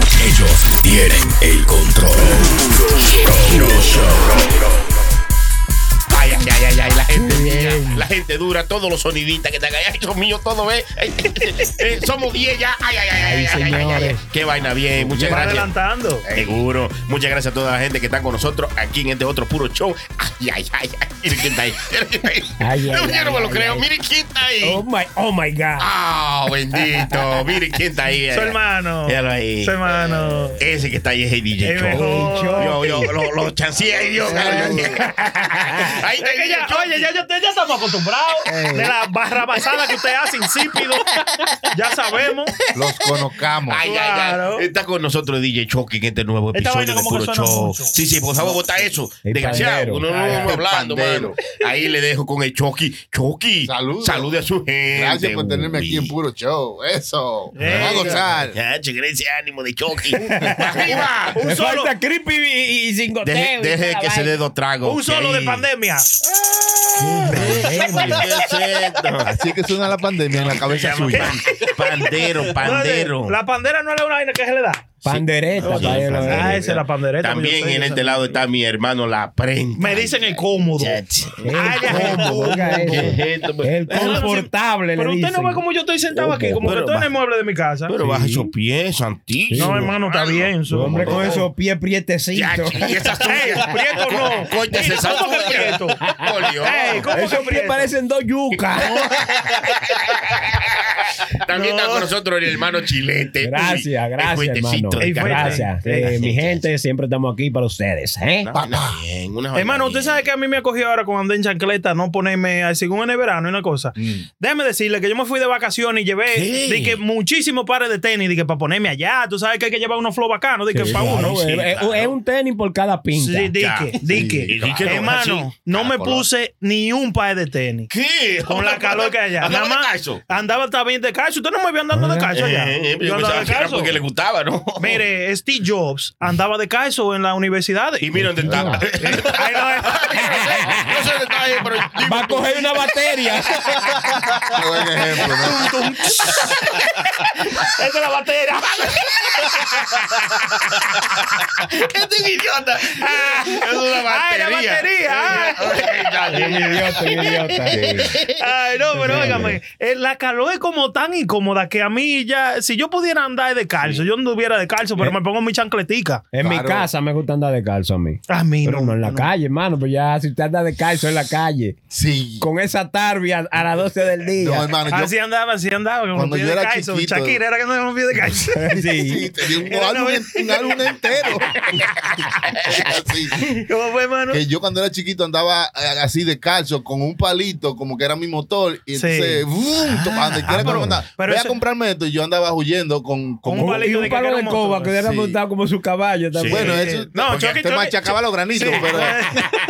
ellos tienen el control. Puro show. Ay, ay, ay, ay, ay, la gente mía, la gente dura, todos los sonidistas que están ahí, ay, Dios mío, todo ve. Ay, eh, somos 10 ya. Ay, ay, ay, ay, ay, ay, ay, ay, ay. Qué vaina bien, muchas Va gracias. adelantando. Seguro. Muchas gracias a toda la gente que está con nosotros aquí en este otro puro show. Ay, ay, ay, ay. Miren quién está ahí. Miren quién está ahí. Ay, ay, No, yo no me ay, lo ay, creo. ay. Miren quién está ahí. Oh my, oh my God. Ah, bendito. Miren quién está ahí. Su hermano. Míralo ahí. Su hermano. Ese que está ahí es el DJ El Chow. mejor. Yo, yo, lo- los chancillas, ay, Dios. ay, Dios. Ahí está Es el que DJ ya, Chow. oye, ya, ya- ya estamos acostumbrados de la barra basada que usted hace, insípido. Ya sabemos. Los conozcamos. Ay, ay, ay. Claro. Está con nosotros DJ Choque en este nuevo Esta episodio vaina de como que Puro suena Show. mucho. Sí, sí, por favor, vota eso. El Desgraciado. pandero. Uno no Ay, vamos el hablando, mano. pandero. Ahí le dejo con el Choque. Choque. Saludos. Salude a su gente. Gracias por tenerme uy. aquí en puro show. Eso. Me Eh, va a gozar. Ya, chequen ese ánimo de Choque. Arriba. Un Me solo, falta creepy y, y- y sin goteo. Deje, y deje toda que la se dé vaina. dos tragos. un solo de Ahí. pandemia. ¿Qué es esto? Así que suena la pandemia en la Se cabeza llama suya. pan- Pandero, pandero. La pandera no es la una vaina que se le da. Pandereta. Sí, pa' ahí, pandereta. Ah, esa es la pandereta. yo También sé, en yo este sé. lado está mi hermano La Prenda. Me dicen el cómodo. El Ay, ay, cómodo, ay, oiga ay, eso. ¿Qué es esto? pues. El Pero no, confortable, Pero le usted dicen. no ve como yo estoy sentado aquí, como que Pero estoy en va- el mueble de mi casa. Pero baja esos pies, santísimo. No, hermano, está bien. eso. Hombre, con Pero- esos pies Ya, prietecitos. y esas Ey, tuyas. prieto no. Cóllese Mira, esa ¿cómo que suya. prieto? Por Dios. Ey, ¿cómo que Esos pies prieto? parecen dos yucas. También está con nosotros el hermano Chilete. Gracias, Uy, el gracias, hermano. fuentecito de Ey, carne. Gracias. Eh, mi gente, siempre estamos aquí para ustedes. ¿eh? No, no, bien, una Hermano, vaina usted sabe que a mí me acogió ahora con andar en chancleta, no ponerme así como en el verano y una cosa. Déjeme decirle que yo me fui de vacaciones y llevé Mm. Sí. de que muchísimos pares de tenis, de que para ponerme allá, tú sabes que hay que llevar unos flow bacanos, de que para Claro, uno. sí, es- es- claro. eh, Es un tenis por cada pinta. Sí, di Ya. que, Sí, di y que. di que no, Hermano, así, no cada me color. puse ni un par de tenis. ¿Qué? Con la calor que allá. Andaba Nada de más calzo. andaba también de calcio. Usted no me vio andando de calcio allá. Eh, eh, Yo yo andaba pensaba de que era calcio. porque le gustaba, ¿no? Mire, Steve Jobs andaba de calcio en la universidad. Y mira dónde está. Ah. Ahí no es. No sé dónde está, eh, pero Va a coger una batería. Qué buen ejemplo, ¿no? Esa es la batera. Este es un idiota. Es una Ay, batería. la batería. ay. un idiota, un idiota. Ay, no, pero óigame, eh, la calor es como tan incómoda que a mí ya, si yo pudiera andar de calzo, yo no anduviera de calzo, Eh. pero me pongo mi chancletica. En mi Claro. casa me gusta andar de calzo a mí. A mí Pero no. no en la calle, hermano. Pues ya, si usted anda de calzo en la calle, Sí. con esa tarbia a las 12 del No, día. hermano, yo Así Ah, andaba, así andaba, con Cuando los pies yo de era calzo. chiquito- Shakira era que no los pies de calzo. sí, Sí. tenía un Era una álbum, vez- un álbum entero. Así. ¿Cómo fue, hermano? que yo cuando era chiquito andaba eh, así de calcio con un palito como que era mi motor y Sí. Ah, entonces ¡vum! to- a donde quiera que pero- me mandaba. pero Ve eso- a comprarme esto y yo andaba huyendo con, con- Un Un- palito y de un que era palo de un coba motor. que hubiera Sí. montado como su caballo también. bueno eh, Sí. eso No, porque choque, te choque, machacaba los granitos Sí. pero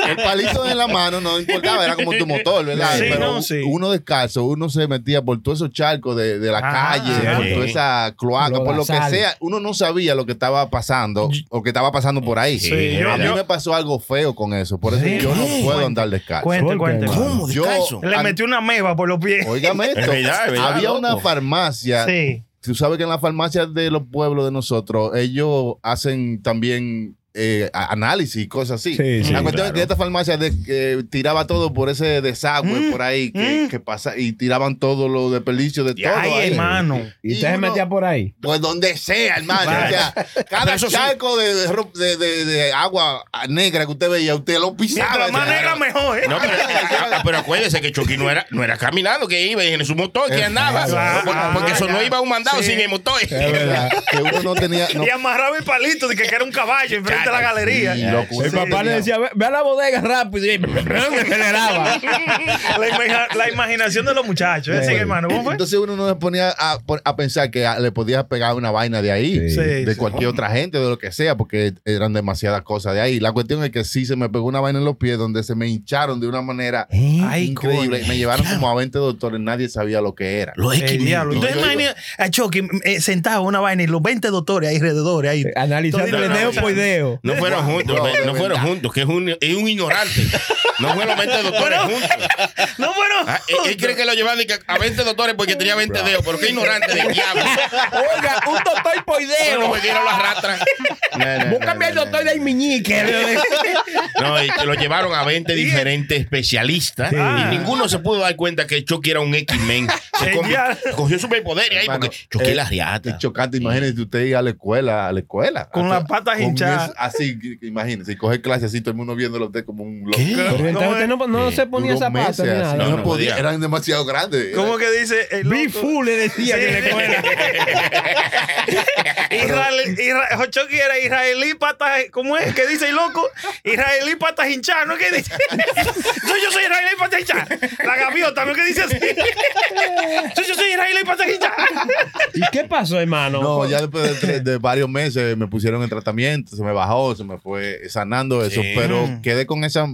el palito en la mano no importaba era como tu motor verdad Sí, pero no, u- sí. uno descalzo uno se metía por todos esos charcos de, de la Ah, calle por sí. toda esa cloaca Lo por lo que basal. sea uno no sabía lo que estaba pasando o que estaba pasando por ahí Sí, a mí yo- me pasó algo feo con eso por eso Sí. yo no puedo andar descalzo Cuente, Porque, cuente. hermano. ¿Cómo? Yo- Descalzo. Le metí una meba por los pies. Óigame esto. Es verdad, es verdad, Había loco. una farmacia. Sí. Tú sabes que en las farmacias de los pueblos de nosotros, ellos hacen también eh, a- análisis y cosas así. Sí, sí, la cuestión es claro. que esta farmacia de- que tiraba todo por ese desagüe Mm, por ahí que, mm. que pasa y tiraban todo lo desperdicios de todo. Ay, ahí. hermano. Y usted se uno- metía por ahí. Pues donde sea, hermano. Vale. O sea, cada eso sí. charco de, de ro- de- de- de agua negra que usted veía, usted lo pisaba. Mientras más negra, mejor. ¿eh? No, pero, ah, pero acuérdese que Chucky no era, no era caminando, que iba en su motor, que Es andaba. verdad. Porque- Porque eso no iba un mandado Sí. sin el motor. Es verdad. Que uno no tenía. no- Y amarraba el palito de que era un caballo enfrente de la galería. Sí, loco, El sí, papá le tenía- decía, ve, ve a la bodega rápido. Y aceleraba. La, imagina- la imaginación de los muchachos. ¿eh? Sí. Sigue, hermano. ¿Cómo fue? Entonces uno no se ponía a, a pensar que a- le podías pegar una vaina de ahí, Sí. de sí. cualquier otra gente, de lo que sea, porque eran demasiadas cosas de ahí. La cuestión es que sí se me pegó una vaina en los pies donde se me hincharon de una manera Ay, increíble. coño. Me llevaron como a 20 doctores, nadie sabía lo que era. Los Eh, diablo. Entonces, yo digo- imagina ah, a Chucky eh, sentado en una vaina y los 20 doctores ahí alrededor. Ahí. Analizando Todo el dilo, deo no, por deo. juntos. No fueron juntos, Bro, no, de no fueron verdad. juntos, que es un, es un ignorante. No fueron 20 doctores juntos. No, bueno. Ah, él, él cree que lo llevaban y que a 20 doctores porque tenía 20 dedos, pero qué ignorante de diablo. Oiga, un doctor Bueno, poideo. pues dieron las ratras. Búscame al doctor del miñique. No, y que lo llevaron a 20 diferentes especialistas Ah. y ninguno se pudo dar cuenta que Chucky era un X-Men. Se Genial. convirtió- Cogió superpoderes ahí porque Hermano, Chucky eh, la riata. Y chocante, imagínese usted ir a la escuela, a la escuela. Con A- las patas con hinchadas. eso, Así, que- que imagínese, y coge clase así, todo el mundo viéndolo a usted como un loco. ¿Qué? Pero entonces usted no, no se ponía Duró zapatos meses ni así, nada. No, No, no no podía, podía. eran demasiado grandes. Era- ¿Cómo que dice? el Be loco? full, eh. le decía que le Israel, Israel, Hochoki era israelí patas, ¿cómo es? ¿Qué dice el loco? Israelí patas hinchadas, ¿no? ¿Qué dice? Yo, yo soy israelí patas hinchadas. La gaviota, ¿no? ¿Qué dice así? Yo, yo soy israelí patas hinchadas. ¿Y qué pasó, hermano? No, ya después de, tres- de varios meses me pusieron en tratamiento, se me bajó, se me fue sanando eso, Sí. pero quedé con esa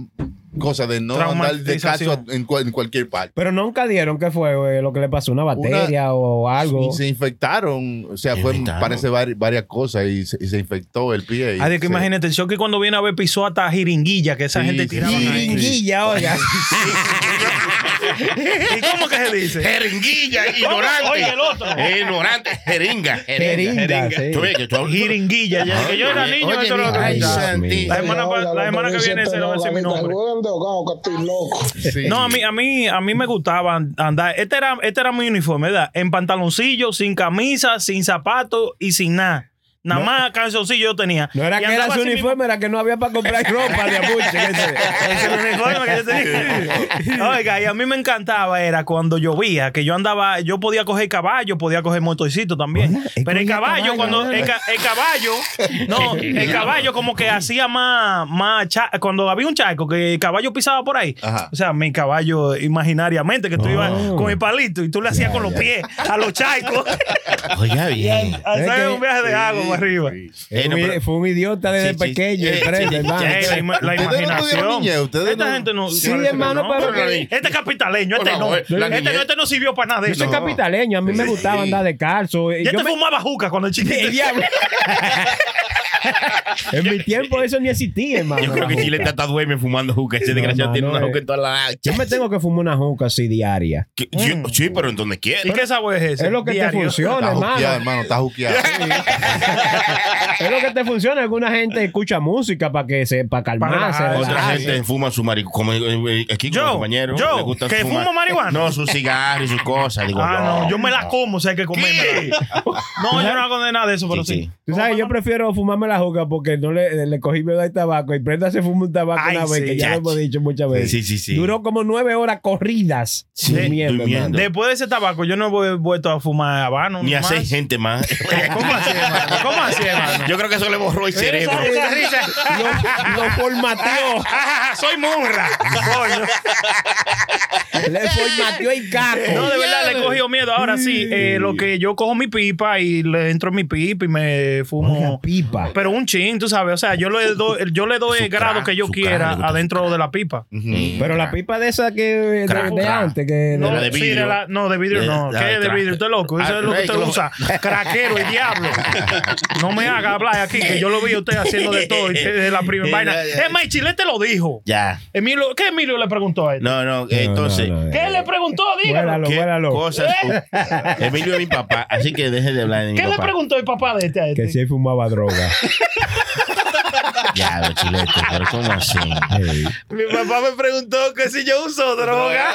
cosa de no andar de caso Mm. Traumatización. en, cual- en cualquier parte. Pero nunca dieron qué fue güey, lo que le pasó, una bacteria o algo. Y se infectaron, o sea, Se fue, infectaron. parece vari- varias cosas y se, y se infectó el pie. y Ah, de que se- imagínate, el choque cuando viene a ver pisó hasta jiringuilla que esa Sí, gente sí, tiraba. sí. ahí. Jeringuilla, oiga. ¿Y cómo que se dice? Jeringuilla, ignorante. Oye, el otro. Ignorante, jeringa. Jeringa. Jeringa, sí. Tú ves que tú- Jiringuilla, ya que yo era Oye, niño, oye, eso era lo que mi- ay, escuchaba. santísimo. La semana, pa- la semana que viene se lo va a decir mi nombre. Sí. No, a mí, a mí, a mí me gustaba an- andar. Este era, este era mi uniforme, ¿verdad? En pantaloncillo, sin camisa, sin zapatos y sin nada. Nada más calzoncillo yo tenía. No era Y que era andaba su así mismo- uniforme, era que no había para comprar ropa de abuche. qué sé. Ese era el uniforme que yo tenía. Oiga, y a mí me encantaba era cuando llovía, que yo andaba, yo podía coger caballo, podía coger motorcito también. es Pero el coña caballo, caballo, cuando ¿verdad? el, ca- el caballo, no, el caballo como que hacía más, más cha- cuando había un charco que el caballo pisaba por ahí. Ajá. O sea, mi caballo imaginariamente que tú Oh. ibas con el palito y tú le hacías con los pies a los charcos. Oye, bien. Hacer un viaje de agua para arriba. Sí. Eh, no, Fue un- pero- Fue un idiota desde Sí, sí. pequeño. Eh, preso, sí, hermano. Ey, la, ima- la Ustedes no tuvieron imaginación. niñez, ustedes Esta no- gente no. Sí, parece que hermano, pero Pero la- Este es capitaleño, este Por no. favor, la Este no, niñez. este no sirvió para nada de Yo eso. soy Yo capitaleño, a mí me Sí. gustaba andar de calzo. eh, Yo te me- fumaba juca cuando chiquito. El diablo. en mi tiempo eso ni existía, hermano. Yo creo que la Chile juca. está duerme fumando juca. Ese No, desgraciado no, tiene no, una eh. juca en toda la. Yo me tengo que fumar una juca así diaria. Que- sí, Sí, pero en donde ¿Y quiera. qué sabor es ese? Es lo que te Diario. funciona, Está juqueado, hermano. hermano, está juqueado. Es lo que te funciona. Alguna gente escucha música para que se, para calmarse. relajar. Otra relajarse. gente fuma su marihuana. Como eh, eh, aquí con Yo, los compañeros. yo, le gusta que fumar. fumo marihuana. No, su cigarro y sus cosas. Digo, Ah, no, yo me la como, o sea, hay que comérmela. No, yo no hago de nada de eso, pero Sí, sí. sí. Tú sabes, yo prefiero fumarme la juca porque no le, le cogí miedo al tabaco y Prenda se fuma un tabaco Ay, una vez, sí, que ya lo chacho. hemos dicho muchas veces. Sí, sí, sí. Duró como nueve horas corridas Sí, durmiendo, durmiendo. hermano. Después de ese tabaco, yo no he vuelto a fumar habano. Ni a más. seis gente más. ¿Cómo así, hermano? ¿Cómo así, hermano? Yo creo que eso le borró el cerebro. Esa- esa risa. Lo, lo Ah, formateó, Soy monra. Coño. le formateó el caco. No, de verdad, le he cogido miedo. Ahora sí, eh, lo que yo cojo mi pipa y le entro en mi pipa y me Una fumo. pipa. Pero un chin, tú sabes. O sea, yo le doy, yo le doy el Su grado crack, que yo su crack, quiera le gusta su adentro de la pipa. Pero la pipa de esa que de, Crack, de crack. antes, que de- No, la de sí, vidrio. la- no, de vidrio De- no. la ¿Qué de de crack. vidrio? Usted es loco. Eso Ah, es lo que no, usted es que lo- usa. Craquero y diablo. No me haga hablar aquí, que yo lo vi a usted haciendo de todo. y usted de la primera Ya, vaina. ya. Es más, Chile te lo dijo. Ya. Emilio, ¿Qué Emilio le preguntó a él? No, no, entonces. no, no, no. ¿Qué le preguntó? Dígalo. Vuélalo, ¿qué vuélalo. cosas? Emilio es mi papá, así que deje de hablar de mi ¿Qué le papá. preguntó el papá de este a Que este? si él fumaba droga. Ya, los chiletes, pero ¿cómo así? Ey. Mi papá me preguntó que si yo uso droga.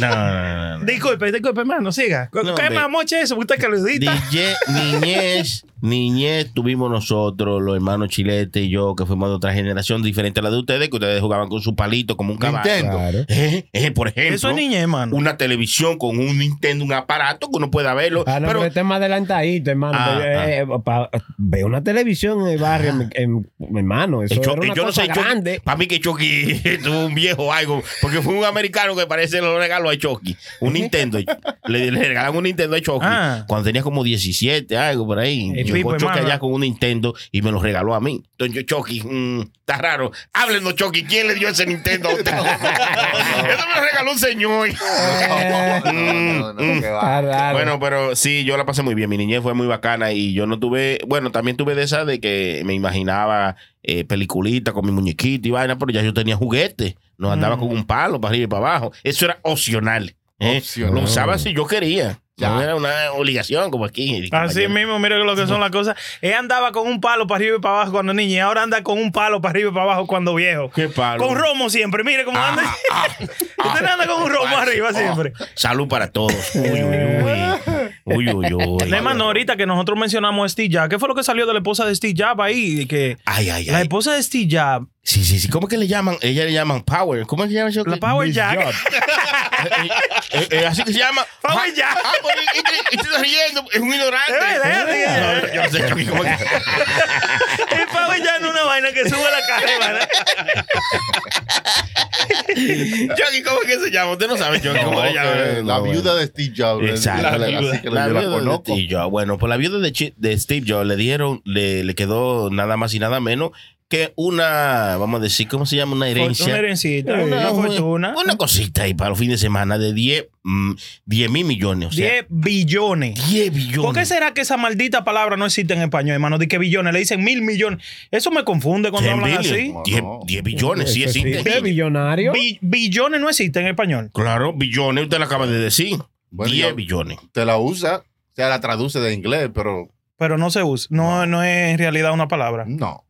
No, no, no, no. Disculpe, disculpe, hermano, siga. No, ¿Qué hombre. más moche eso? ¿Usted que lo edita? DJ, niñez, niñez tuvimos nosotros, los hermanos Chilete y yo, que fuimos de otra generación diferente a la de ustedes, que ustedes jugaban con su palito como un caballo. Nintendo. Claro. Eh, eh, por ejemplo, Eso es niñez, hermano. una televisión con un Nintendo, un aparato que uno pueda verlo. Ah, no, pero, pero este es más adelantadito, hermano. Ah, Pero, ah. eh, eh, pa- ve una televisión en el barrio, mi- en- mi hermano. Eso el Cho- era una yo no cosa sé, grande. para mí que Chucky tuvo un viejo o algo, porque fue un americano que parece lo regaló a Chucky, un Nintendo. le, le regalaron un Nintendo a Chucky Ah. cuando tenía como 17, algo por ahí. El Llegó tipo, Chucky hermano. allá con un Nintendo y me lo regaló a mí. Entonces yo, Chucky, mm, está raro. Háblenos, Chucky, ¿quién le dio ese Nintendo a usted? Eso me lo regaló un señor. Eh, No, no, no, no, que va. ah, raro. Bueno, pero sí, yo la pasé muy bien. Mi niñez fue muy bacana y yo no tuve, bueno, también tuve de esa de que me imaginaba veía eh, peliculitas con mi muñequito y vaina, pero ya yo tenía juguete. No Mm. andaba con un palo para arriba y para abajo. Eso era opcional. ¿eh? Opcional. Lo usaba si yo quería. Ya. No era una obligación como aquí. Así mismo, mira lo que son las cosas. Ella andaba con un palo para arriba y para abajo cuando niña y ahora anda con un palo para arriba y para abajo cuando viejo. Qué palo. Con romo siempre, mire cómo Ah, anda. Usted anda con un romo arriba siempre. Salud para todos. Uy, uy, uy. Uy, uy, uy. Le mando ahorita que nosotros mencionamos a Steve Jobs. ¿Qué fue lo que salió de la esposa de Steve Jobs ahí? De que Ay, ay, la ay. esposa de Steve Jobs, Sí, sí, sí. ¿Cómo que le llaman? Ella le llaman Power. ¿Cómo es que se llama eso? la Power Miss Jack. Job. Eh, eh, así que se llama. Power Jack. Ah, pues, y, y- y te estás riendo. Es un ignorante. Es verdad, es verdad. No, yo no sé, Chucky, ¿cómo que? El Power Jack no es una vaina que sube la carrera. ¿verdad? Chucky, ¿cómo que se llama? Usted no sabe, Chucky, cómo se llama. Eh, la viuda de Steve Jobs. eh, Exacto. La, así que la, yo la viuda de conozco. Steve Jobs. Bueno, pues la viuda de, Chi- de Steve Jobs le dieron, le, le quedó nada más y nada menos que una, vamos a decir, ¿cómo se llama? Una herencia. Una herencita, una una- fortuna. Una cosita ahí para los fines de semana de 10 mm, 10 mil millones. O sea, 10 billones. 10 billones. ¿Por qué será que esa maldita palabra no existe en español, hermano? De que billones, le dicen mil millones. Eso me confunde cuando 10 hablan así. billion, 10 No, no. 10 billones, sí Eso existe. ¿Qué billonario? Bi- billones no existe en español. Claro, billones, usted lo acaba de decir. Bueno, 10 yo- billones. Te la usa, o sea, la traduce de inglés, pero Pero no se usa. No, no es en realidad una palabra. no.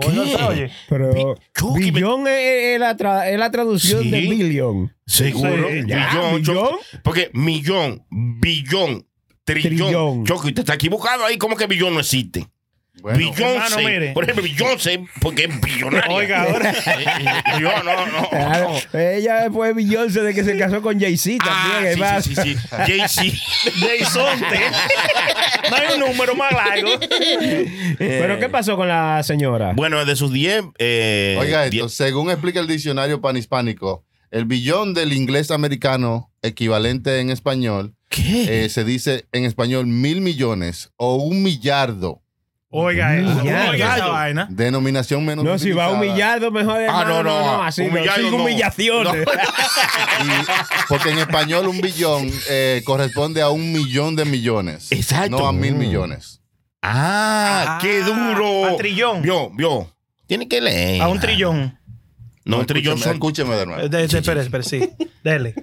¿Qué? Oye, Pero Chucky, me- billón es, es la tra- es la traducción Sí. de billón. Seguro. Sí, ya, millón, millón. Chucky. Porque millón, billón, trillón. Trillón. Chucky, usted está equivocado ahí. ¿Cómo que billón no existe? Bueno, billón Hermano, se- mire. Por ejemplo, billón se- porque es billonario. Oiga, ahora. Yo no, Ah, no. Claro, Ah, Ella fue Beyoncé de que se casó con Jay-Z también. es Ah, más. sí, sí, sí, sí. Jay-Z. Bisonte. No hay un número más largo. Pero ¿qué pasó con la señora? Bueno, de sus 10. Eh, Oiga esto, 10 según explica el diccionario panhispánico, el billón del inglés americano, equivalente en español, ¿Qué? eh, se dice en español mil millones o un millardo, Mm, Oiga, eso. Ya, Oiga esa gallo. vaina. denominación menos no, si va a utilizada. humillado, mejor. Ah, hermano, no, no. así no, Humillado sin no. humillaciones. Y- porque en español un billón eh, corresponde a un millón de millones. Exacto. No a mil millones. Ah, Ah, qué duro. Ah. a trillón. Vio, vio. Tiene que leer. A un mano. trillón. No, un trillón escúcheme, son. escúcheme de nuevo. Eh, de- de- Espera, espera, sí. Dele.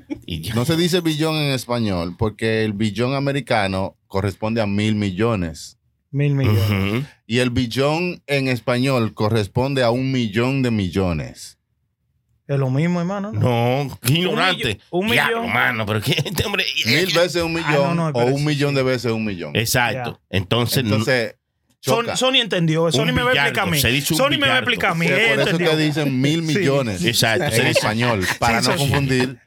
No se dice billón en español porque el billón americano corresponde a mil millones. Mil millones. Ujú. Y el billón en español corresponde a un millón de millones. Es lo mismo, hermano. ¿no? No, qué ignorante. millo- un Diablo, millón. mano, pero qué este hombre. Mil veces un millón Ah, no, no, o pero un sí, millón de veces un millón. Exacto. Entonces, no- Entonces, Son- choca. Sony entendió. Sony me va a billardo, explicar a mí. se dice un Sony me va a billardo. explicar a mí. Que Él por eso entendió. te dicen mil millones exacto. se en dice- español para Sí, no sí, sí. confundir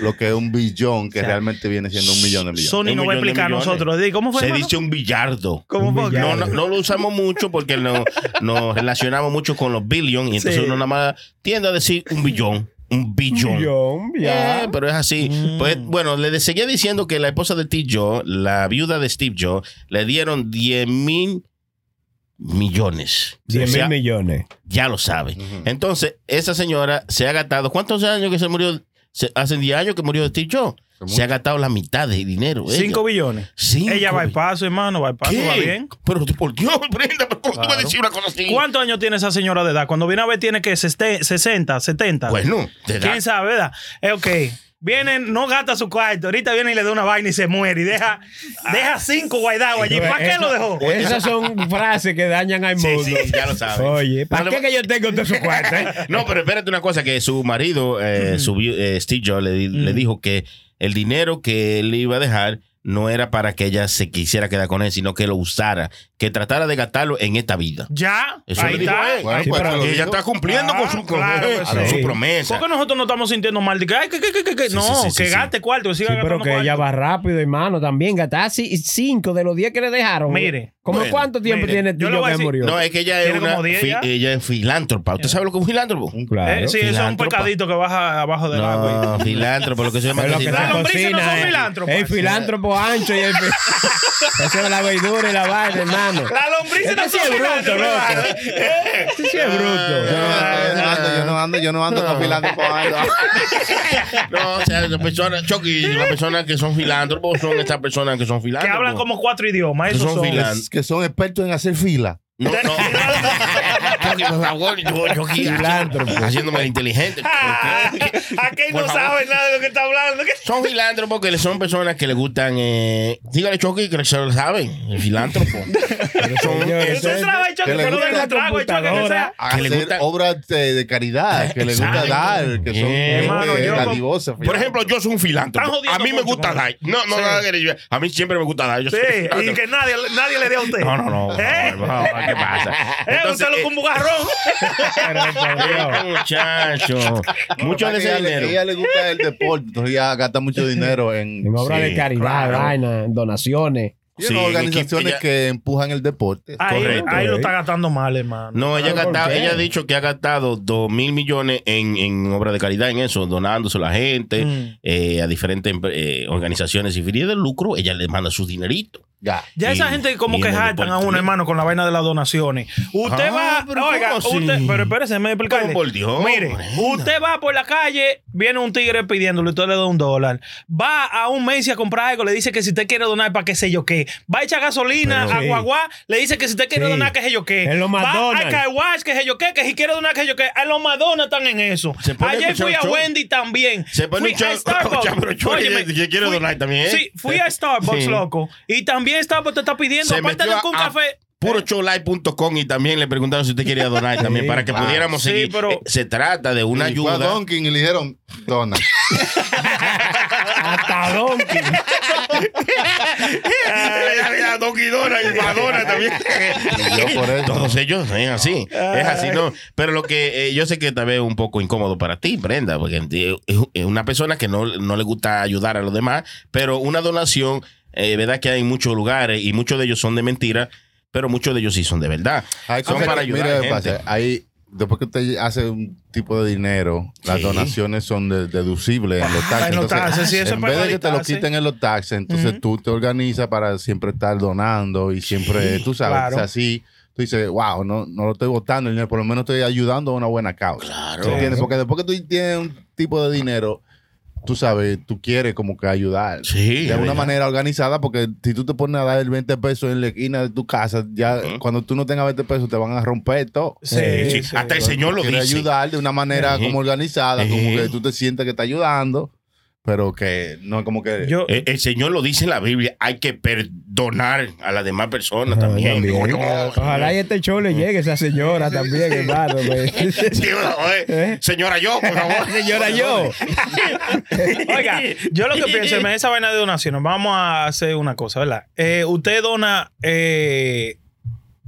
lo que es un billón que O sea, realmente viene siendo un millón de millones. Sony Un nos va a millón de explicar a millones. nosotros. Di, ¿Cómo fue? se hermano? dice un billardo. ¿Cómo un fue? billardo. No, no, no lo usamos mucho porque no, nos relacionamos mucho con los billion y entonces Sí. uno nada más tiende a decir un billón, un billón. Billón, ya. Eh, pero es así. Pues bueno, le seguía diciendo que la esposa de Steve Jobs, la viuda de Steve Jobs, le dieron 10 mil millones. 100 O sea, mil millones. Ya lo sabe. Ujú. Entonces, esa señora se ha gastado. ¿Cuántos años que se murió? Se- hace 10 años que murió Steve Jobs. Se ha gastado la mitad de dinero. ella. Cinco billones. Cinco Ella va al billones. paso, hermano. Va al paso, ¿Qué? va bien. Pero por Dios, Brenda, ¿pero ¿cómo tú vas a Claro. decir una cosa así? ¿Cuántos años tiene esa señora de edad? Cuando viene a ver, tiene que seste- 60, 70. Bueno, de edad. ¿Quién sabe, verdad? Es ok. Viene, no gasta su cuarto. Ahorita viene y le da una vaina y se muere. Y deja, deja cinco guaidados allí. ¿Para qué Esa- lo dejó? Esas son frases que dañan al Sí, mundo. sí, ya lo sabes. Oye, ¿para No le- qué que yo tengo todo su cuarto? eh? No, pero espérate una cosa, que su marido, eh, su vi- eh, Steve Jobs, le, di- le dijo que el dinero que él iba a dejar no era para que ella se quisiera quedar con él, sino que lo usara, que tratara de gastarlo en esta vida. Ya. Eso ahí le dijo está. él. Bueno, Sí, pues, pero- te lo Y ella digo. está cumpliendo Ah, con su, con- claro que con sí. su promesa. ¿Por qué nosotros nos estamos sintiendo mal? De que, ay, que, que, que, que, que- Sí, no, sí, sí, que sí, gaste cuarto, que siga Sí, pero gastando que ella cuarto. va rápido, hermano, también. Gastar ci- cinco de los diez que le dejaron. Mire, ¿Cómo bueno, cuánto tiempo mire, tiene yo tío le voy a que decir- murió? No, es que ella es Tiene una como diez fi- ya. ella es filántropa. ¿Usted sabe lo que es un filántropo? Claro. Eh, sí, eso es un Filántropa. pecadito que baja abajo del agua. No, filántropo, lo que se llama Pero lo que que- Las se lombrices no cocina son es- filántropos. El filántropo ancho y el. Eso es la verdura y la vaina, hermano. La lombriz no Este sí son es bruto, filántropos. loco. Este sí es Yo no, bruto. yo no ando, yo no ando, yo no ando compilando No, o sea, las personas, Chucky, las personas que son filántropos son estas personas que son Que filántropos. hablan como cuatro idiomas. Que Esos Ah, pues. son son. filan- que son expertos en hacer fila. No, no. Porque, por favor, yo, yo aquí Filántropo. haciéndome el inteligente. Ah, Aquel Por no favor. sabe nada de lo que está hablando. ¿Qué? Son filántropos que son personas que le gustan. Eh, dígale Chucky que se lo saben. El filántropo. son- señores, Eso es trabajo, Choque, que le pero no de gusta la trago, Choque, que computadora. sea. hacer que le gusta- obras eh, de, caridad, que le gusta Exacto. dar, que son Eh, gente mano, yo- dadivosa. Por ejemplo, yo soy un Están filántropo. jodiendo A mí me mucho gusta con dar. No, no, Sí. nada que le lleve. A mí siempre me gusta dar. Yo soy Sí, filántropo. y que nadie, nadie le dé a usted. No, no, no. por ¿Eh? favor, por favor, ¿Qué pasa? Eh, Entonces, usted lo eh, con un bugarrón. pero por Dios. Muchacho, mucho de ese A ella dinero. le gusta el deporte, entonces ella gasta mucho dinero en, En obras Sí, de caridad, claro. vaina, donaciones. Sí, Sí, no, que- organizaciones que- que empujan el deporte. Ahí, Correcto, ahí lo eh. está gastando mal, hermano. No, ella ha, ¿por gastado- qué? ella ha dicho que ha gastado 2 mil millones en, en obras de caridad, en eso, donándose a la gente, Mm. eh, a diferentes eh, organizaciones sin fines de lucro. Ella le manda su dinerito. Ya. Ya esa Y- gente como y que en el jactan a deporte uno, también. hermano, con la vaina de las donaciones. Usted Ah, va, pero oiga, ¿cómo usted, así? pero espérese, me explicarle. Pero por Dios, Mire, Brenda. usted va por la calle, viene un tigre pidiéndole, usted le da un dólar. Va a un Messi a comprar algo, le dice que si usted quiere donar para qué sé yo qué. Va a echar gasolina Pero- a Sí. Guaguá, le dice que si usted quiere Sí. donar qué sé yo qué. En los va a McDonald's. Carwash, que sé yo qué, que si quiere donar qué sé yo qué. A los Madonna están en eso. Se pone a Ayer escuchar fui un a show. Wendy también. Se pone Fui un show- a Starbucks. Ya, pero yo- Óyeme, yo quiero fui- donar también, ¿eh? Sí, fui a Starbucks, Sí. loco. Y también Starbucks te está pidiendo, Se aparte de metió un a- a café. Purocholive.com y también le preguntaron si usted quería donar también para que claro. pudiéramos Sí, seguir. pero- Eh, Se trata de una Y fue a ayuda. Dunkin' y le dijeron, dona. Hasta Donkey. a Donkey Dona y Madonna también. Y yo por eso. Todos ellos es así, es así, no. Pero lo que eh, yo sé que tal vez es un poco incómodo para ti, Brenda, porque eh, es es una persona que no, no le gusta ayudar a los demás, pero una donación, eh, verdad que hay muchos lugares y muchos de ellos son de mentira, pero muchos de ellos sí son de verdad. Hay Son cosas para que- ayudar a mira, gente. pasa, ahí, después que usted hace un tipo de dinero, las Sí. donaciones son de- deducibles en los taxes. Ah, en los Entonces, taxes, sí, eso en es vez de que te lo taxes. quiten en los taxes, entonces Ujú. tú te organizas para siempre estar donando y siempre, tú sabes, claro. es así. Tú dices, wow, no, no lo estoy botando, el dinero, por lo menos estoy ayudando a una buena causa. Claro. ¿Tú entiendes? Porque después que tú tienes un tipo de dinero, tú sabes, tú quieres como que ayudar. Sí. de es una verdad. manera organizada, porque si tú te pones a dar el 20 pesos en la esquina de tu casa, ya cuando tú no tengas 20 pesos te van a romper todo. Sí, Sí, sí. Hasta el Señor lo Quiere dice. ayudar de una manera Ujú. como organizada, como Ujú. que tú te sientas que está ayudando, pero que no es como que... Yo, Eh, El, el Señor lo dice en la Biblia. Hay que perdonar a las demás Ah, personas también. coño. Ah, Ojalá y este show le llegue a esa señora también, hermano. pues. Sí, oye, ¿Eh? Señora, yo, por favor. Señora, yo. Oiga, yo lo que pienso es esa vaina de donaciones. Vamos a hacer una cosa, ¿verdad? Eh, usted dona eh,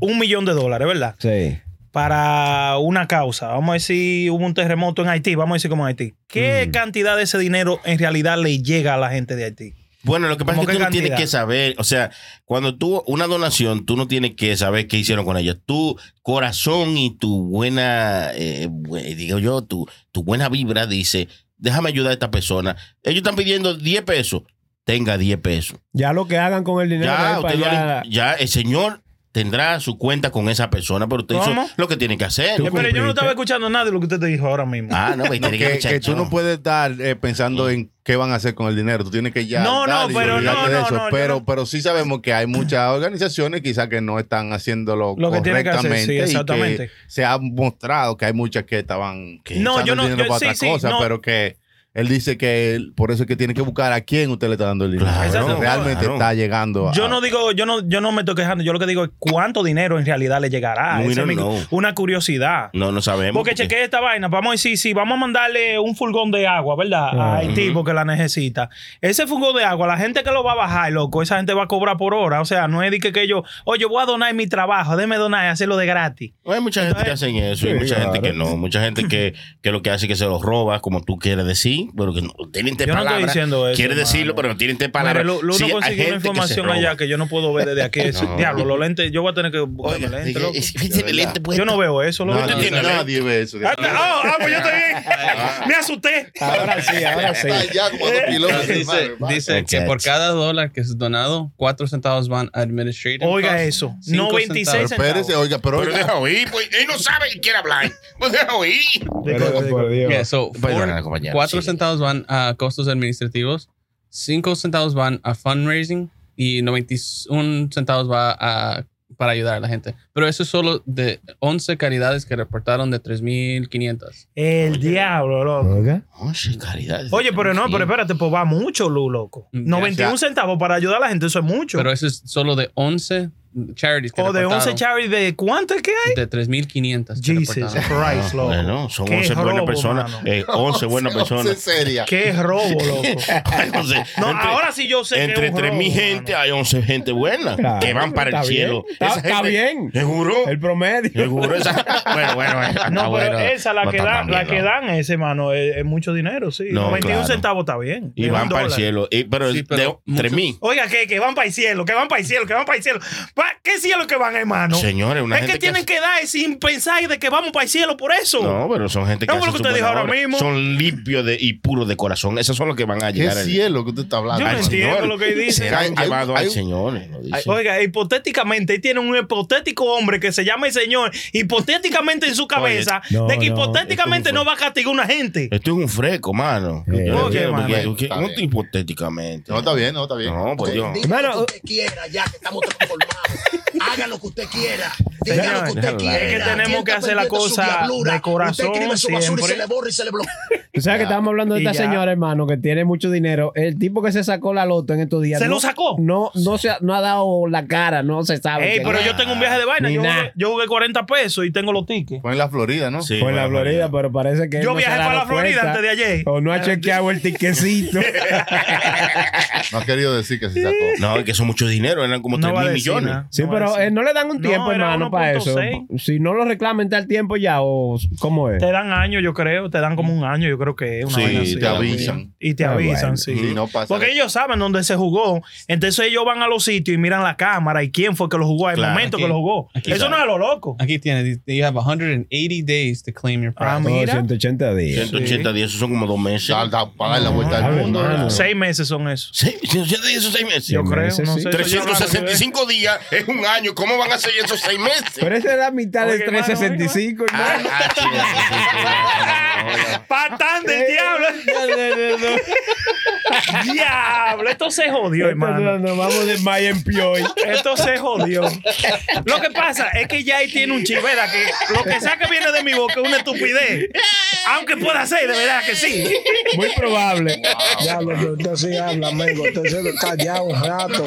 un millón de dólares, ¿verdad? Sí. Para una causa. Vamos a decir, hubo un terremoto en Haití. Vamos a decir como en Haití. Mm. ¿Qué cantidad de ese dinero en realidad le llega a la gente de Haití? Bueno, lo que pasa es ¿Cómo que tú qué no tienes cantidad? que saber, o sea, cuando tú una donación, tú no tienes que saber qué hicieron con ella. Tu corazón y tu buena, eh, bu- digo yo, tu, tu buena vibra dice, déjame ayudar a esta persona. Ellos están pidiendo 10 pesos, tenga 10 pesos. Ya lo que hagan con el dinero de Ya, ahí para usted no le- allá, ya el señor tendrá su cuenta con esa persona, pero usted ¿Cómo? hizo lo que tiene que hacer. Tú Eh, Pero yo no cumpliste. estaba escuchando nada de lo que usted te dijo ahora mismo. Ah, no, pues, tiene que que, que muchacho. tú no puedes estar eh, pensando en qué van a hacer con el dinero. Tú tienes que ya. No, dar no, y pero no, olvidarte de no, eso. no, yo pero, no. pero sí sabemos que hay muchas organizaciones quizás que no están haciéndolo Lo que tienen que hacer, sí, correctamente. y que exactamente. se ha mostrado que hay muchas que estaban que No, usando yo no- el yo- dinero para sí, otras sí, cosas, no. pero que él dice que él- por eso es que tiene que buscar a quién usted le está dando el dinero. Claro, Exacto, realmente claro. está llegando a. Yo no digo, yo no, yo no me estoy quejando. Yo lo que digo es cuánto dinero en realidad le llegará. We Esa es don't mi- know. una curiosidad. No, no sabemos. Porque chequeé esta vaina. Vamos a decir, si vamos a mandarle un furgón de agua, ¿verdad? A Ah. Haití porque la necesita. Ese furgón de agua, la gente que lo va a bajar, loco, esa gente va a cobrar por hora. O sea, no es de que, que yo, oye, voy a donar mi trabajo, déme donar y hacerlo de gratis. Hay mucha gente que hacen eso y Sí, mucha claro. gente que no. Mucha gente que, que lo que hace es que se los roba, como tú quieres decir, pero que no tienen te Yo no estoy palabras. diciendo eso, Quiere decirlo, hermano. pero no tienen te Mira, palabras. Lu- Lu no Sí, hay consiguió gente una que se información roba. allá que yo no puedo ver desde aquí. Es- No. Diablo, los lentes, yo voy a tener que buscarme Oye, lentes, es- loco. es- pues, es- el lente puesto. Yo no veo eso, loco. Nadie, Usted tiene la- nadie ve eso. Ah, ah, ah, pues yo estoy Ah. bien. Me asusté. Ahora sí, ahora sí. Está ya como a dos kilómetros, Dice, hermano, dice que por cada dólar que es donado, cuatro centavos van a administrative. Oiga costs, eso. cinco No 26 centavos. Pero espérese, centavos. oiga, pero Pero oiga, deja oír, pues. Él no sabe y quiere hablar. Pues deja oír. Pero, por Dios. Yeah, so Perdona, four- compañero, cuatro sigue. centavos van a costos administrativos, cinco centavos van a fundraising y 91 centavos va a para ayudar a la gente. Pero eso es solo de 11 caridades que reportaron de 3.500. El diablo, loco. Oiga. Oye, caridad. Oye, pero no, pero espérate, pues va mucho, Lu, loco. Mm, Ya, 91 ya. centavos para ayudar a la gente, eso es mucho. Pero eso es solo de 11 charities que o Oh, de 11 reportaron charities, ¿de cuánto es que hay? de 3.500. que Jesus reportaron. Christ, loco. Bueno, son Qué 11 buenas robo, personas. mano. eh, 11 buenas Once personas. seria. Qué robo, loco. Entonces, No, entre- ahora sí yo sé que Entre es un robo, 3.000 gente mano. hay 11 gente buena Claro, que van para está el bien. cielo. Está, Esa está gente- bien. Seguro. El promedio. Seguro. Esa... Bueno, bueno, bueno. está No, ah, pero bueno. esa, la No que, está dan, tan la bien, que no. dan ese, mano, es, es mucho dinero, sí. No, 91 claro. centavos está bien. Y Es van un para el dólar. cielo. Y- pero Sí, pero de muchos- 3.000. Oiga, que, que van para el cielo, que van para el cielo, que van para el cielo. Pa- ¿Qué cielo que van, hermano? Señores, una es gente que tienen que, dar sin pensar de que vamos para el cielo por eso. No, pero son gente que No, hace pero que su usted dijo buena ahora obra. mismo. son limpios de, y puros de corazón. Esos son los que van a ¿Qué llegar al cielo que usted está hablando? Yo no al entiendo Señor. lo que dice. Serán Hay- llevados hay- al Señor. lo dice. Oiga, hipotéticamente, él tiene un hipotético hombre que se llama el Señor, hipotéticamente en su cabeza, no, de que no, hipotéticamente esto no no va a castigar a una gente. Esto es un fresco, mano. Eh. Yo no Oye, entiendo mano. porque- porque- Está no bien. hipotéticamente. No, está bien, no, está bien. No, pues yo. Diga Hermano, uh, lo que usted quiera, ya que estamos transformados. Haga lo que usted quiera. Diga lo que usted déjalo quiera. hablar. Es que tenemos ¿Quién que está hacer la pendiente de su cosa diablura? de corazón Usted escribe su basura y siempre. se le borra y se le bloquea. Tú sabes que estábamos hablando de Y esta ya. señora, hermano, que tiene mucho dinero. El tipo que se sacó la loto en estos días. ¿Se no- lo sacó? No, no, se ha, no ha dado la cara, no se sabe. Ey, quién pero es. yo tengo un viaje de vaina. Ni Yo nada. jugué, yo jugué 40 pesos y tengo los tickets. Fue en la Florida, ¿no? Sí, Fue en la bueno, Florida, pero parece que. él Yo no se viajé ha dado para la Florida cuenta antes de ayer. O no ha Eh, chequeado el tiquecito. No ha querido decir que se sacó. No, es que son mucho dinero, eran como No 3 va a mil decir millones. nada. Sí, No va a pero decir eh, no le dan un No, tiempo, era hermano, para eso. 1.6. Si no lo reclamen tal tiempo ya, o ¿cómo es? Te dan años, yo creo. Te dan como un año, yo creo que es una Sí, vaina así. te avisan. Y te Ah, avisan, bueno. sí. Sí, no pasa. Porque ellos saben dónde se jugó. Entonces ellos van a los sitios y miran la cámara y quién fue que lo jugó, el Claro, momento aquí- que lo jugó. aquí Eso está. no es a lo loco. Aquí tiene, you have 180 days to claim your prize. Ah, No, mira. 180 ¿eh? días. 180 días, eso son como dos meses. Da- da- para dar Ah, la vuelta Ave al mundo. María. ¿verdad? Seis meses son eso. Sí, 180 días, esos seis meses. Yo Seis creo, meses, no sí. sé. estoy hablando de- 365 días es un año. ¿Cómo van a ser esos seis meses? Pero esa es la mitad del Oye, hermano, 365, Ah, hermano. ah, sí, sí, sí, sí. ¡Patán Eh. del diablo! ¡Diablo! Esto se jodió, hermano. Entonces, Nos vamos de Maya en Pioy. Esto se jodió. Lo que pasa es que ya ahí tiene un chip, ¿verdad? Que lo que saca viene de mi boca es una estupidez. Aunque pueda ser, de verdad que sí. Muy probable. Ya lo que usted sí habla, amigo. Usted se callado un rato.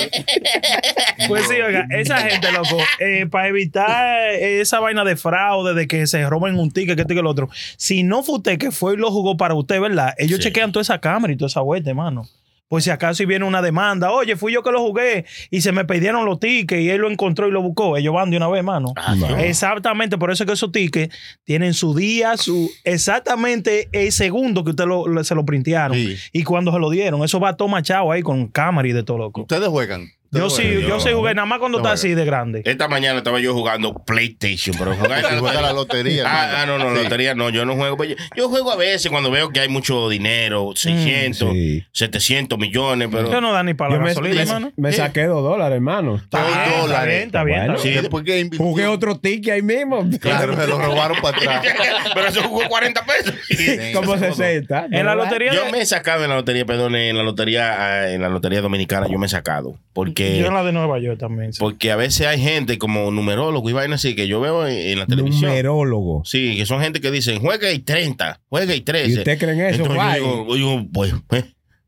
Pues sí, oiga, esa gente, loco, eh, para evitar eh, esa vaina de fraude, de que se roben un ticket, que esto y que lo otro. Si no fue usted que fue y lo jugó para usted, ¿verdad? Ellos Sí. chequean toda esa cámara y toda esa vuelta, hermano. Pues si acaso si viene una demanda, oye, fui yo que lo jugué y se me pidieron los tickets y él lo encontró y lo buscó. Ellos van de una vez, hermano. Ah, Exactamente, por eso es que esos tickets tienen su día, su exactamente el segundo que usted lo- lo- se lo printearon Sí. y cuando se lo dieron. Eso va todo machado ahí con cámara y de todo loco. Ustedes juegan. Yo Ustedes sí, juegan. yo sí jugué nada más cuando No está así juega. de grande. Esta mañana estaba yo jugando PlayStation, pero jugar Si juega la lotería. Ah, ah, hermano. no, no, Sí. lotería no, yo no juego. pues Yo, yo juego a veces cuando veo que hay mucho dinero, 600, sí. 700 millones, pero... Yo no da ni para Yo la me, gasolina, me- hermano. me saqué dos dólares, hermano. Está bien, ah, está dólares. bien, está bien, está Bueno. bien. Sí, Después que invirtió- Jugué otro ticket ahí mismo. Claro, se lo robaron para atrás. pero eso jugó 40 pesos. Como 60. En la ¿no? lotería, Yo de- me he sacado en la lotería, perdón, en la lotería, ah, en la lotería dominicana, yo me he sacado. Porque, yo en la de Nueva York también. sí. porque a veces hay gente como numerólogo y vaina así que yo veo en, en la televisión. Numerólogo. Sí, que son gente que dicen, juega y 30, juega y 13. ¿Y usted cree en eso, Entonces yo guay? digo, yo digo, pues, eh,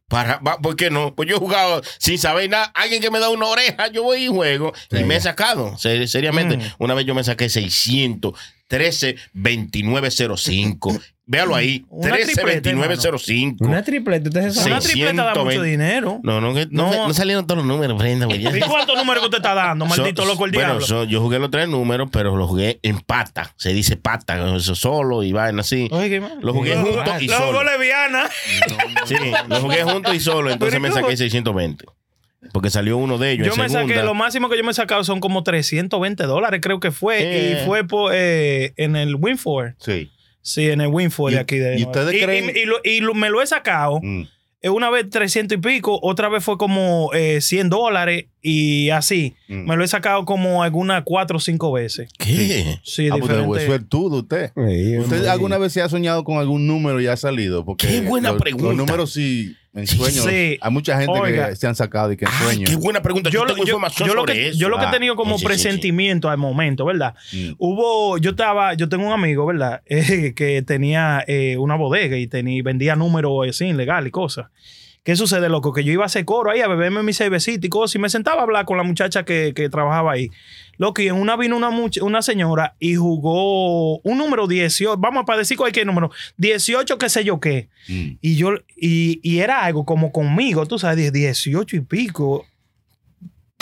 para, va, ¿por qué no? Pues yo he jugado sin saber nada. Alguien que me da una oreja, yo voy y juego. Y me he sacado, se- seriamente. Mm. Una vez yo me saqué 613 2905. Véalo ahí, Una 13 2905. Una tripleta, usted se sabe. Una tripleta da mucho 620. dinero. No, no, que- no, No. no salieron todos los números, Brenda. pues ya. ¿Y cuántos números que usted está dando, maldito So- loco el bueno, diablo? so- yo jugué los tres números, pero los jugué en pata. Se dice pata, eso solo y vaina así. Oye, man. Los jugué Lo- juntos y Los solo. jugó leviana. Sí, lo jugué junto y solo, entonces Pero, me ¿y cómo? saqué 620. Porque salió uno de ellos Yo me en segunda. saqué, lo máximo que yo me he sacado son como 320 dólares, creo que fue. Eh. Y fue por, eh, en el Winford. Sí. Sí, en el Winford de ¿Y- aquí. De y ustedes creen- y, y lo- y lo- me lo he sacado. Mm. Eh, Una vez 300 y pico, otra vez fue como eh, 100 dólares y así. Mm. Me lo he sacado como algunas 4 o 5 veces. ¿Qué? Sí, Ah, pues, diferente. eso es tú de usted. Sí, ¿Usted hombre. alguna vez se ha soñado con algún número y ha salido? Porque Qué buena los- pregunta. Los números sí. En sueños. Sí. Hay mucha gente Oiga. que se han sacado y que en Ay, sueños. qué buena pregunta. Yo, yo, lo- tengo yo- información yo lo sobre que, eso. yo lo que he Ah, tenido como sí, sí, sí. presentimiento al momento, ¿verdad? Mm. Hubo, yo estaba, yo tengo un amigo, ¿verdad? Eh, que tenía eh, una bodega y tenía, vendía números así, ilegal y cosas. ¿Qué sucede, loco? Que yo iba a hacer coro ahí a beberme mi cervecita y cosas y me sentaba a hablar con la muchacha que, que trabajaba ahí. Loco, y en una vino una, much- una señora y jugó un número 18, vamos para decir cualquier número, 18 qué sé yo qué. Mm. Y yo, y, y era algo como conmigo, tú sabes, 18 y pico.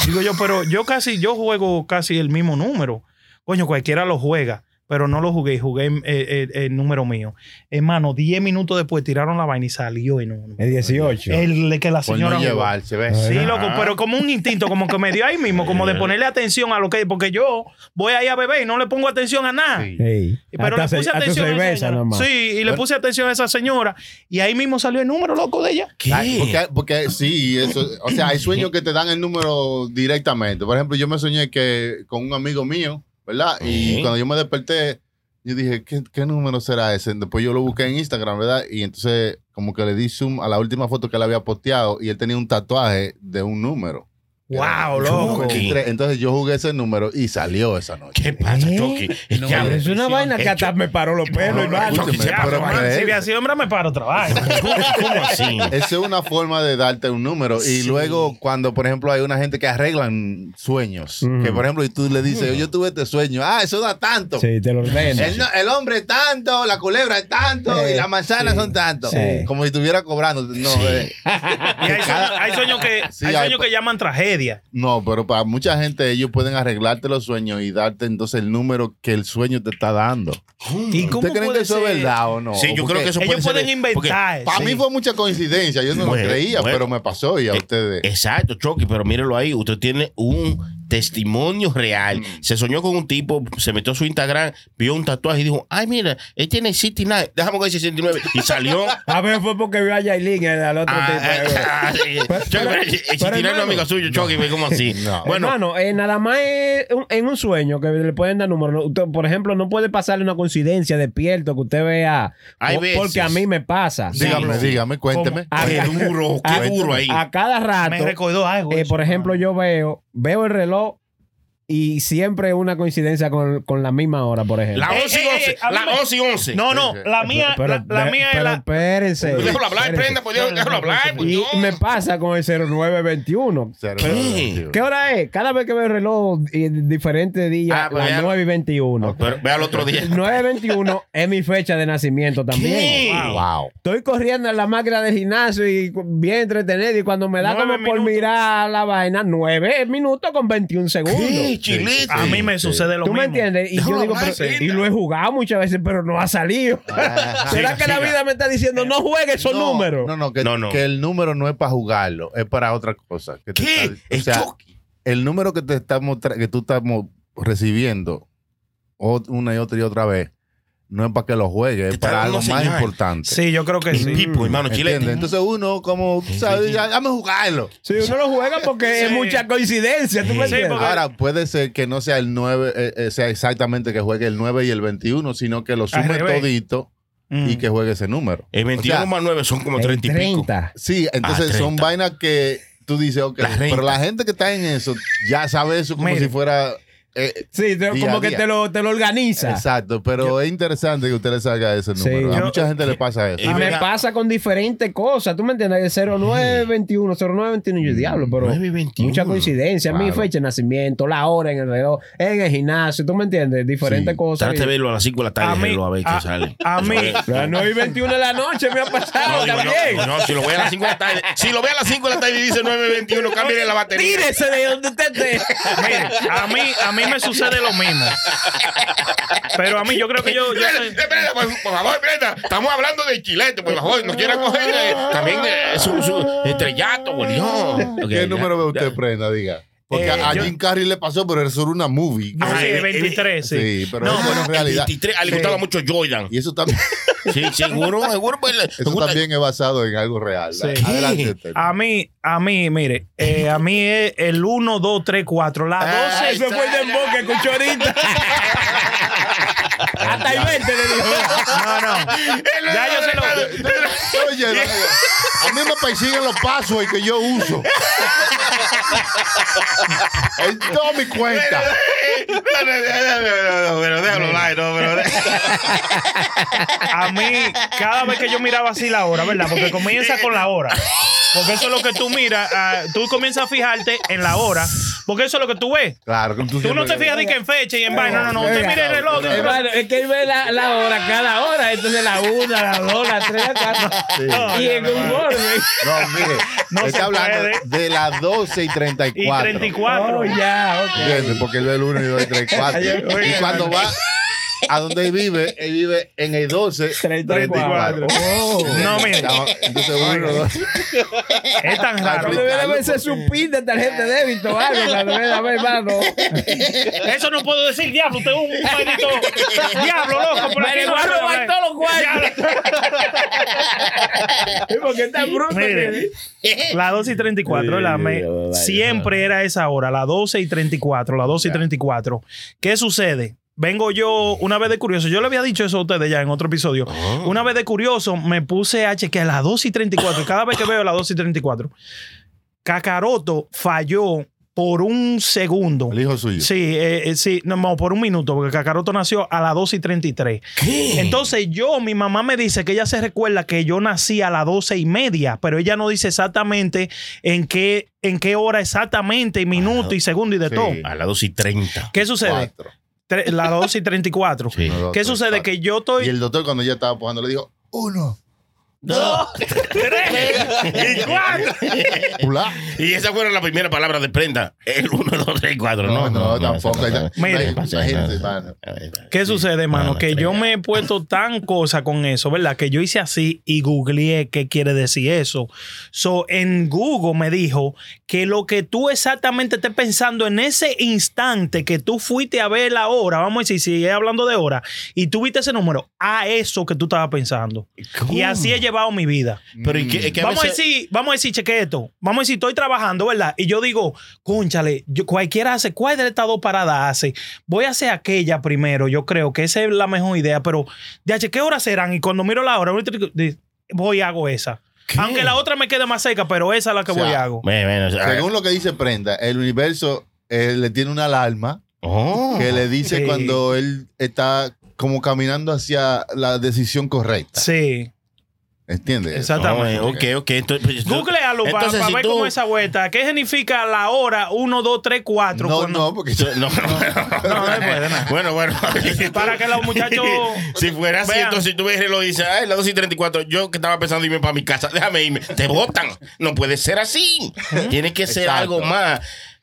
Digo yo, pero yo casi, yo juego casi el mismo número. Coño, cualquiera lo juega, pero no lo jugué, jugué eh, eh, el, número mío. Hermano, 10 minutos después tiraron la vaina y salió y no. no. El 18. El de que la Por no señora. jugó. llevarse, ¿ves? Sí, Ah. loco, pero como un instinto, como que me dio ahí mismo, como de ponerle atención a lo que, porque yo voy ahí a beber y no le pongo atención a nada. Sí. Ey, Y- Pero hasta le puse se- hasta atención a esa cerveza señora. nomás. Sí, y le puse atención a esa señora. Y ahí mismo salió el número, loco, de ella. ¿Qué? Ay, Porque, porque sí, eso, o sea, hay sueños que te dan el número directamente. Por ejemplo, yo me soñé que con un amigo mío, ¿verdad? Y Ujú. cuando yo me desperté, yo dije, ¿qué, qué número será ese? Después yo lo busqué en Instagram, ¿verdad? Y entonces como que le di zoom a la última foto que él había posteado y él tenía un tatuaje de un número. Wow, Era loco. 23. Entonces yo jugué ese número y salió esa noche. ¿Qué pasa, ¿Eh? Chucky? No, Ya, Pero es una Prisión. vaina que Hecho. hasta me paró los pelos, no, hermano. escúcheme, Ya, pero man, para Si él. hubiera sido hombre, me paro otra vaina. ¿Cómo, cómo así? Esa es una forma de darte un número. Y luego, cuando, por ejemplo, hay una gente que arreglan sueños, Ujú. que por ejemplo, y tú le dices, yo tuve este sueño, ah, eso da tanto. Sí, te lo ordeno. El, no- el hombre es tanto, la culebra es tanto Sí, y las manzanas sí, son tanto. sí. Como si estuviera cobrando. No, eh, Y hay sueños hay sueños que, Sí, hay hay- sueños que llaman tragedia. no, pero para mucha gente ellos pueden arreglarte los sueños y darte entonces el número que el sueño te está dando. ¿Y cómo ¿Ustedes creen puede que eso es ser? verdad o no? Sí, yo Porque creo que eso puede Ellos ser- pueden porque- inventar. Para sí. mí fue mucha coincidencia, yo no Bueno, lo creía, bueno. pero me pasó y a Eh, ustedes. Exacto, Chucky, pero mírelo ahí. Usted tiene un testimonio real. Se soñó con un tipo, se metió a su Instagram, vio un tatuaje y dijo: Ay, mira, él tiene 69. Déjame con 69. Y salió. A ver, fue porque vio a Yailin, el- al otro Ah, tipo. ah, ah, eh, Pero- Chucky, pero el- el pero, 69 no es hermano. amigo suyo, Chucky, ve ¿cómo así? Bueno, Hermano, eh, nada más es un- en un sueño que le pueden dar números. No, usted, por ejemplo, no puede pasarle una coincidencia despierto que usted vea. Hay po- veces. Porque a mí me pasa. Sí. Dígame, dígame, cuénteme. Ah, qué ah, duro, ah, qué duro ahí. A cada rato. Me recordó algo. Eh, eso, por ejemplo, hermano. yo veo, veo el reloj y siempre una coincidencia con, con la misma hora, por ejemplo. La Eh, 11 y eh, 11. eh, a mí La me- 11 y 11. No, no, Sí, sí. la mía, la, la de- mía es pero la. espérense. Pues déjalo hablar, espérense. prenda, pues déjalo, déjalo hablar. pues, Y Dios. me pasa con el 0921. Cerebro. ¿Qué hora es? Cada vez que veo el reloj y diferente día, Ah, pues las ya- 9 y 21. Pero ve al otro día. 9 y 21 es mi fecha de nacimiento también. ¿Qué? Wow. Estoy corriendo en la máquina del gimnasio y cu- bien entretenido. Y cuando me da Nueve como por minutos. mirar la vaina, 9 minutos con 21 segundos. ¿Qué, chilete? A mí me sucede lo ¿Tú mismo. me entiendes? Y yo Déjalo digo, hablar, pero- Cinta. y lo he jugado muchas veces, pero no ha salido. ¿Será Ah, Siga, que la siga. Eh, vida me está diciendo no juegue esos No, números? No, no que, No, no. que el número no es para jugarlo, es para otra cosa. que te ¿Qué? está- El o sea, Chucky. el número que te estamos tra- que tú estamos recibiendo ot- una y otra y otra vez no es para que lo juegues, Te es está para dando algo más señal. importante. Sí, yo creo que El sí. pues, Pipo, hermano, ¿Entiendes? chilete. Entonces uno como tú sabes, ya, dame jugarlo. Si uno lo juega porque Sí. es mucha coincidencia, ¿tú me Sí, entiendes? porque- Ahora puede ser que no sea el 9, eh, eh, sea exactamente que juegue el 9 y el 21, sino que lo sume revés. todito y que juegue ese número. Mm. El 21 O sea, más 9 son como El 30 y pico. 30. Sí, entonces Ah, son 30. vainas que tú dices, ok, La renta. pero la gente que está en eso ya sabe eso como Mire. si fuera... eh, Sí, te- Día como a que día. te lo, te lo organiza. exacto, pero es interesante que usted le salga ese Sí, número. a yo- mucha gente le Y pasa Y eso. Ah, me venga- pasa con diferentes cosas, ¿tú me entiendes? El 0921, 0921, yo diablo, pero 9 y 21. mucha coincidencia. Mi Claro. fecha de nacimiento, la hora en el reloj, en el gimnasio, ¿tú me entiendes? Diferentes Sí. cosas. Trate de verlo a las 5 de la tarde. A mí- déjelo a ver qué a- sale. a mí- La 9 y 21 de la noche me ha pasado No, digo, no, también. no, si lo ve a las 5 de la tarde. Si lo ve a las 5 de la tarde y dice 9.21, cámbiale la batería. Tírese de donde usted esté. Mire, a mí, a mí me sucede lo mismo. Pero a mí, yo creo que yo. yo Espérate, sé- espérate, por, por favor, prenda. Estamos hablando de chilete, por favor, no quiera coger eh, también eh, su, su estrellato, por Dios. Ok, ¿Qué ya. número ve usted, Prenda? Diga. Porque Eh, a yo- Jim Carrey le pasó, pero era solo una movie. yo Ah, sí, eh, 23, sí. sí. pero No, eso bueno, es el realidad. 23, a él le gustaba mucho Jordan. Y eso también, Sí, seguro, seguro. pues, le- le eso gusta- Ah, también es basado en algo real. Sí. Adelante usted. A mí, a mí, mire, eh, a mí es el 1, 2, 3, 4. La 12. Ah, Eso fue el dembow que escuchó ahorita. Hasta el 20 le dijo. No, no. Ya yo se lo. Oye, no, a mí me persiguen los pasos que yo uso. En toda mi cuenta. No, no, no, no, no, pero déjalo like, no, pero de- A mí, cada vez que yo miraba así la hora, ¿verdad? Porque comienza con la hora. Porque eso es lo que tú miras. ah, tú comienzas a fijarte en la hora. Porque eso es lo que tú ves. Claro, Tú no te fijas ni que en fecha y en vaina. No, no, no. Usted mira el reloj. dice, Hermano, es que él ve la, la hora cada hora, entonces la una, la dos, la tres, la cuatro. No, y ya en no, un no. orden. No, mire, No se está hablando de las 12 y Y 34. 34. Oh, ya, ok. ¿Entiendes? Porque él ve el 1 y 2 y 3 y 4. Y cuando va a donde él vive, él vive en el 12 34. Oh. No, mire. Estamos- Entonces 1, 2. Es tan raro. Claro. Debería verse su pin de tarjeta de débito o algo, cuando ve la vez, hermano. Eso no puedo decir, diablo. Usted es un maldito diablo, loco. Por aquí Me no va a se ve. robar todos los cuartos. Diablo. Porque está bruto. Mire, que- La 12 y 34, la me- siempre era esa hora, la 12 y 34, la 12 y 34. ¿Qué sucede? Vengo yo una vez de curioso, yo le había dicho eso a ustedes ya en otro episodio. Oh. Una vez de curioso me puse a chequear la 12 y 34, cada vez que veo la 12 y 34, Kakaroto falló por un segundo. El hijo suyo. Sí, eh, eh, sí, no, no, por un minuto, porque Kakaroto nació a las 12 y 33. Entonces yo, mi mamá me dice que ella se recuerda que yo nací a las 12 y media, pero ella no dice exactamente en qué, en qué hora exactamente, y minuto y segundo y de Sí. todo. A las 2 y 30. ¿Qué sucede? Cuatro. Tre- las 12 y 34. Sí. Uno, dos, ¿Qué tres, sucede? cuatro. Que yo Y estoy... el doctor cuando ya estaba pujando le dijo, uno, ¿Y cuatro? Eh, pula. Y esa fueron las primeras palabras de prenda. El 1 2 3 4. No, no, tampoco. esa- Mira. Imagínate, hermano. ¿Qué sucede, hermano? Ah, Que yo estrella. me he puesto tan cosa con eso, ¿verdad? Que yo hice así y googleé qué quiere decir eso. So, en Google me dijo que lo que tú exactamente estés pensando en ese instante que tú fuiste a ver la hora, vamos a decir, si es hablando de hora, y tú viste ese número, a eso que tú estabas pensando. Y así he llevado mi vida. Pero y que, es que Vamos a, veces- decir, vamos a decir, cheque esto. Vamos a decir, estoy trabajando, ¿verdad? Y yo digo, cónchale, yo, cualquiera hace, ¿cuál de estas dos paradas hace? Voy a hacer aquella primero, yo creo que esa es la mejor idea, pero ya, che, ¿qué horas serán? Y cuando miro la hora, ahorita digo, di- voy y hago esa. Aunque la otra me quede más seca, pero esa es la que O sea, voy y hago. Bueno, bueno, o sea, Según lo que dice Prenda, el universo eh, le tiene una alarma oh. que le dice Sí. cuando él está como caminando hacia la decisión correcta. Sí, ¿Entiendes? exactamente. Oh, ok, ok. Entonces, pues, Googlealo para entonces, si ver tú- cómo es esa vuelta. ¿Qué significa la hora 1, 2, 3, 4? No, no, porque No, no, No, no puede, no. Bueno, bueno. Para que los muchachos Si fuera así, vean. entonces tú ves el reloj y dices, ay, las 2 y 34, yo que estaba pensando irme para mi casa, déjame irme. Te votan. No puede ser así. Tiene que ser Exacto. algo más.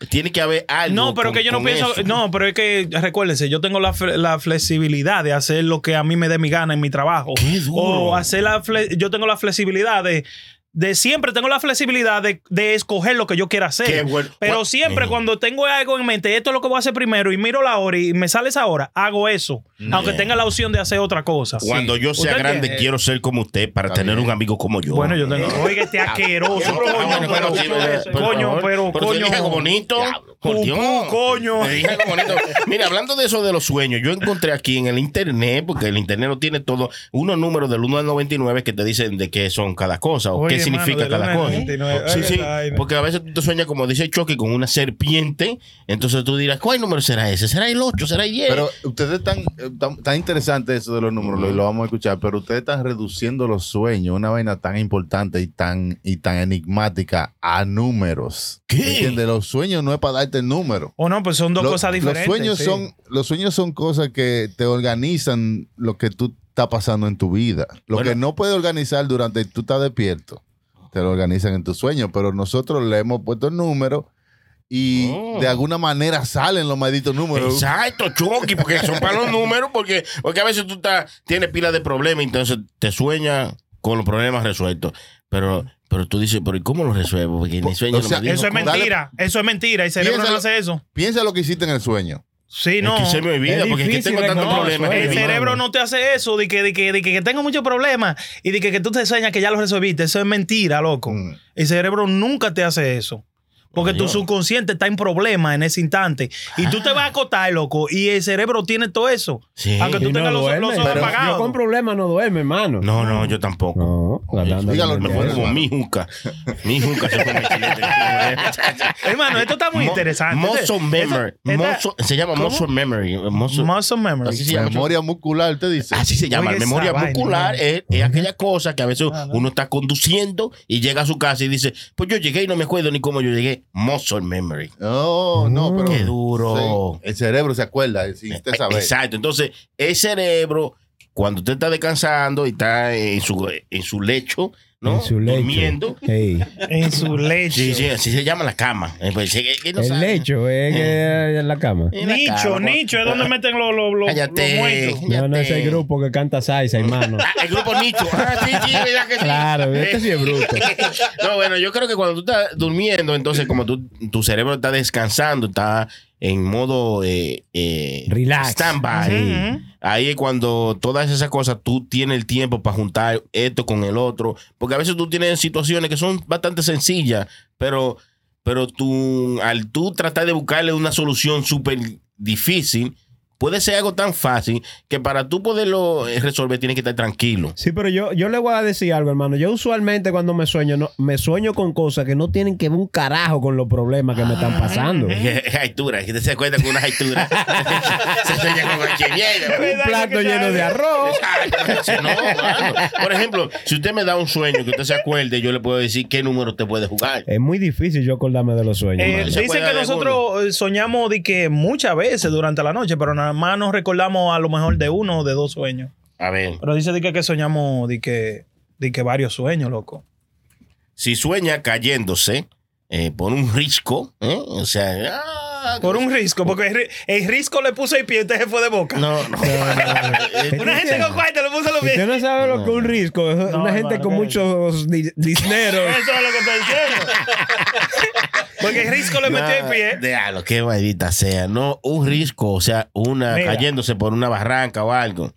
Tiene que haber algo. No, pero con- que yo no con pienso. eso. No, pero es que recuérdense, yo tengo la, fle- la flexibilidad de hacer lo que a mí me dé mi gana en mi trabajo. Qué duro. O hacer la. fle- Yo tengo la flexibilidad de. De siempre tengo la flexibilidad de, de escoger lo que yo quiera hacer. Qué bueno. Pero Bueno, siempre mm. cuando tengo algo en mente, esto es lo que voy a hacer primero y miro la hora y me sale esa hora, hago eso. Aunque tenga la opción de hacer otra cosa. Cuando yo sea ¿Usted grande, entiende? quiero ser como usted para Está tener bien. un amigo como yo. Bueno, yo tengo. Oiga, este asqueroso. Ah, coño, bueno, pero, sí, eh, pero- pero- coño, pero, pero te coño. dije algo bonito. Por Pupú, Dios. coño. Te dije algo bonito. Mira, hablando de eso de los sueños, yo encontré aquí en el internet, porque el internet lo tiene todo, unos números del 1 al 99 que te dicen de qué son cada cosa o Oye, qué significa hermano, cada del cosa. 99, Sí, oiga sí, esa vaina. porque a veces tú te sueñas, como dice Chucky, con una serpiente. Entonces tú dirás, ¿cuál número será ese? ¿Será el 8? ¿Será el 10? Pero ustedes están, eh, tan, tan interesante eso de los números, lo, lo vamos a escuchar, pero ustedes están reduciendo los sueños, una vaina tan importante y tan, y tan enigmática, a números. ¿Qué? ¿Entiendes? Los sueños no es para darte el número. O no, pues son dos Lo- cosas diferentes. Los sueños, sí. son, los sueños son cosas que te organizan lo que tú estás pasando en tu vida. Lo Bueno. que no puedes organizar durante tú estás despierto, te lo organizan en tus sueños, pero nosotros le hemos puesto el número y Oh. de alguna manera salen los malditos números. Exacto, Chucky, porque son para los números, porque, porque a veces tú estás, tienes pila de problemas, entonces te sueñas con los problemas resueltos. Pero, pero tú dices, pero ¿y cómo los resuelvo? Porque ni sueño O sea, no me dijo Eso es cómo. Dale. mentira. Eso es mentira. El cerebro no Piénsalo. hace eso. Piensa lo que hiciste en el sueño. Sí, no. Es que se me olvida, Es porque es que difícil tengo tantos reconocer, problemas. oye, El que hermano. cerebro no te hace eso de que, de que, de que, que tengo muchos problemas y de que, que tú te sueñas que ya los resolviste. Eso es mentira, loco. Mm. El cerebro nunca te hace eso. Porque tu Coño. subconsciente está en problema en ese instante. Y Ah. tú te vas a acotar, loco. Y el cerebro tiene todo eso. Sí. Aunque tú Y tengas los, los duerme. ojos Pero Yo apagados. con problemas no duerme, hermano. No, no, yo tampoco. No, hablando dígalo, de- Me fue como mi juca. Mi juca se come chilete. Hermano, esto está muy Mo- interesante. Muscle memory. esta- Muscle- se llama ¿Cómo? muscle memory. eh, muscle- Muscle memory. así se llama. Memoria muscular, te dice. Así se llama. Oye, esa memoria vaina, muscular ¿no? es, es aquella cosa que a veces uno está conduciendo y llega a su casa y dice, pues yo llegué y no me acuerdo ni cómo yo llegué. Muscle memory. No, Oh, no, Mm, pero. Qué duro. Sí, el cerebro se acuerda, si usted Eh, sabe. Exacto. Entonces, el cerebro, cuando usted está descansando y está en su, en su lecho, ¿no? En su lecho. Durmiendo. Ey, En su Sí, leche. sí, así se llama la cama. Eh, pues, eh, eh, no El sabe. lecho es Mm. que en la cama. En la Nicho, cama. nicho, es donde meten los los- los- los Cállate. muertos. No, no es cállate. el grupo que canta salsa, hermano. Ah, el grupo Nicho. Ah, sí, sí, verdad que sí. Claro, este sí es bruto. No, bueno, yo creo que cuando tú estás durmiendo, entonces como tú, tu cerebro está descansando, está en modo eh, eh, Relax. stand-by. Ujú. Ahí es cuando todas esas cosas tú tienes el tiempo para juntar esto con el otro. Porque a veces tú tienes situaciones que son bastante sencillas, pero, pero tú, al tú tratar de buscarle una solución súper difícil, puede ser algo tan fácil que para tú poderlo eh, resolver tienes que estar tranquilo. Sí, pero yo, yo le voy a decir algo, hermano. Yo usualmente cuando me sueño, no, me sueño con cosas que no tienen que ver un carajo con los problemas que me están pasando. Un Es altura, que te se cuenta con unas alturas. se sueña con cualquier mierda. güey. plato lleno de arroz. Exacto. No, mano. Por ejemplo, si usted me da un sueño que usted se acuerde, yo le puedo decir qué número usted puede jugar. Es muy difícil yo acordarme de los sueños. Eh, Hermano, hermano. ¿se dicen acuerda que de nosotros eh, soñamos de que muchas veces durante la noche, pero nada más nos recordamos a lo mejor de uno o de dos sueños. A ver, Pero dice de que, que soñamos de que, de que varios sueños, loco. si sueña cayéndose eh, por un risco, ¿eh? o sea, ah, Por un risco, porque el, ri- el risco le puso el pie, entonces se fue de boca. no, no. Eh, Una gente con cuarto le puso los pies. Usted no sabe lo que es un risco. Es No, una hermano, gente con ¿qué muchos di- disneros. Eso es lo que estoy diciendo. Porque el risco le metió el pie. Déjalo, que maldita sea. No, un risco, o sea, una Mira. cayéndose por una barranca o algo.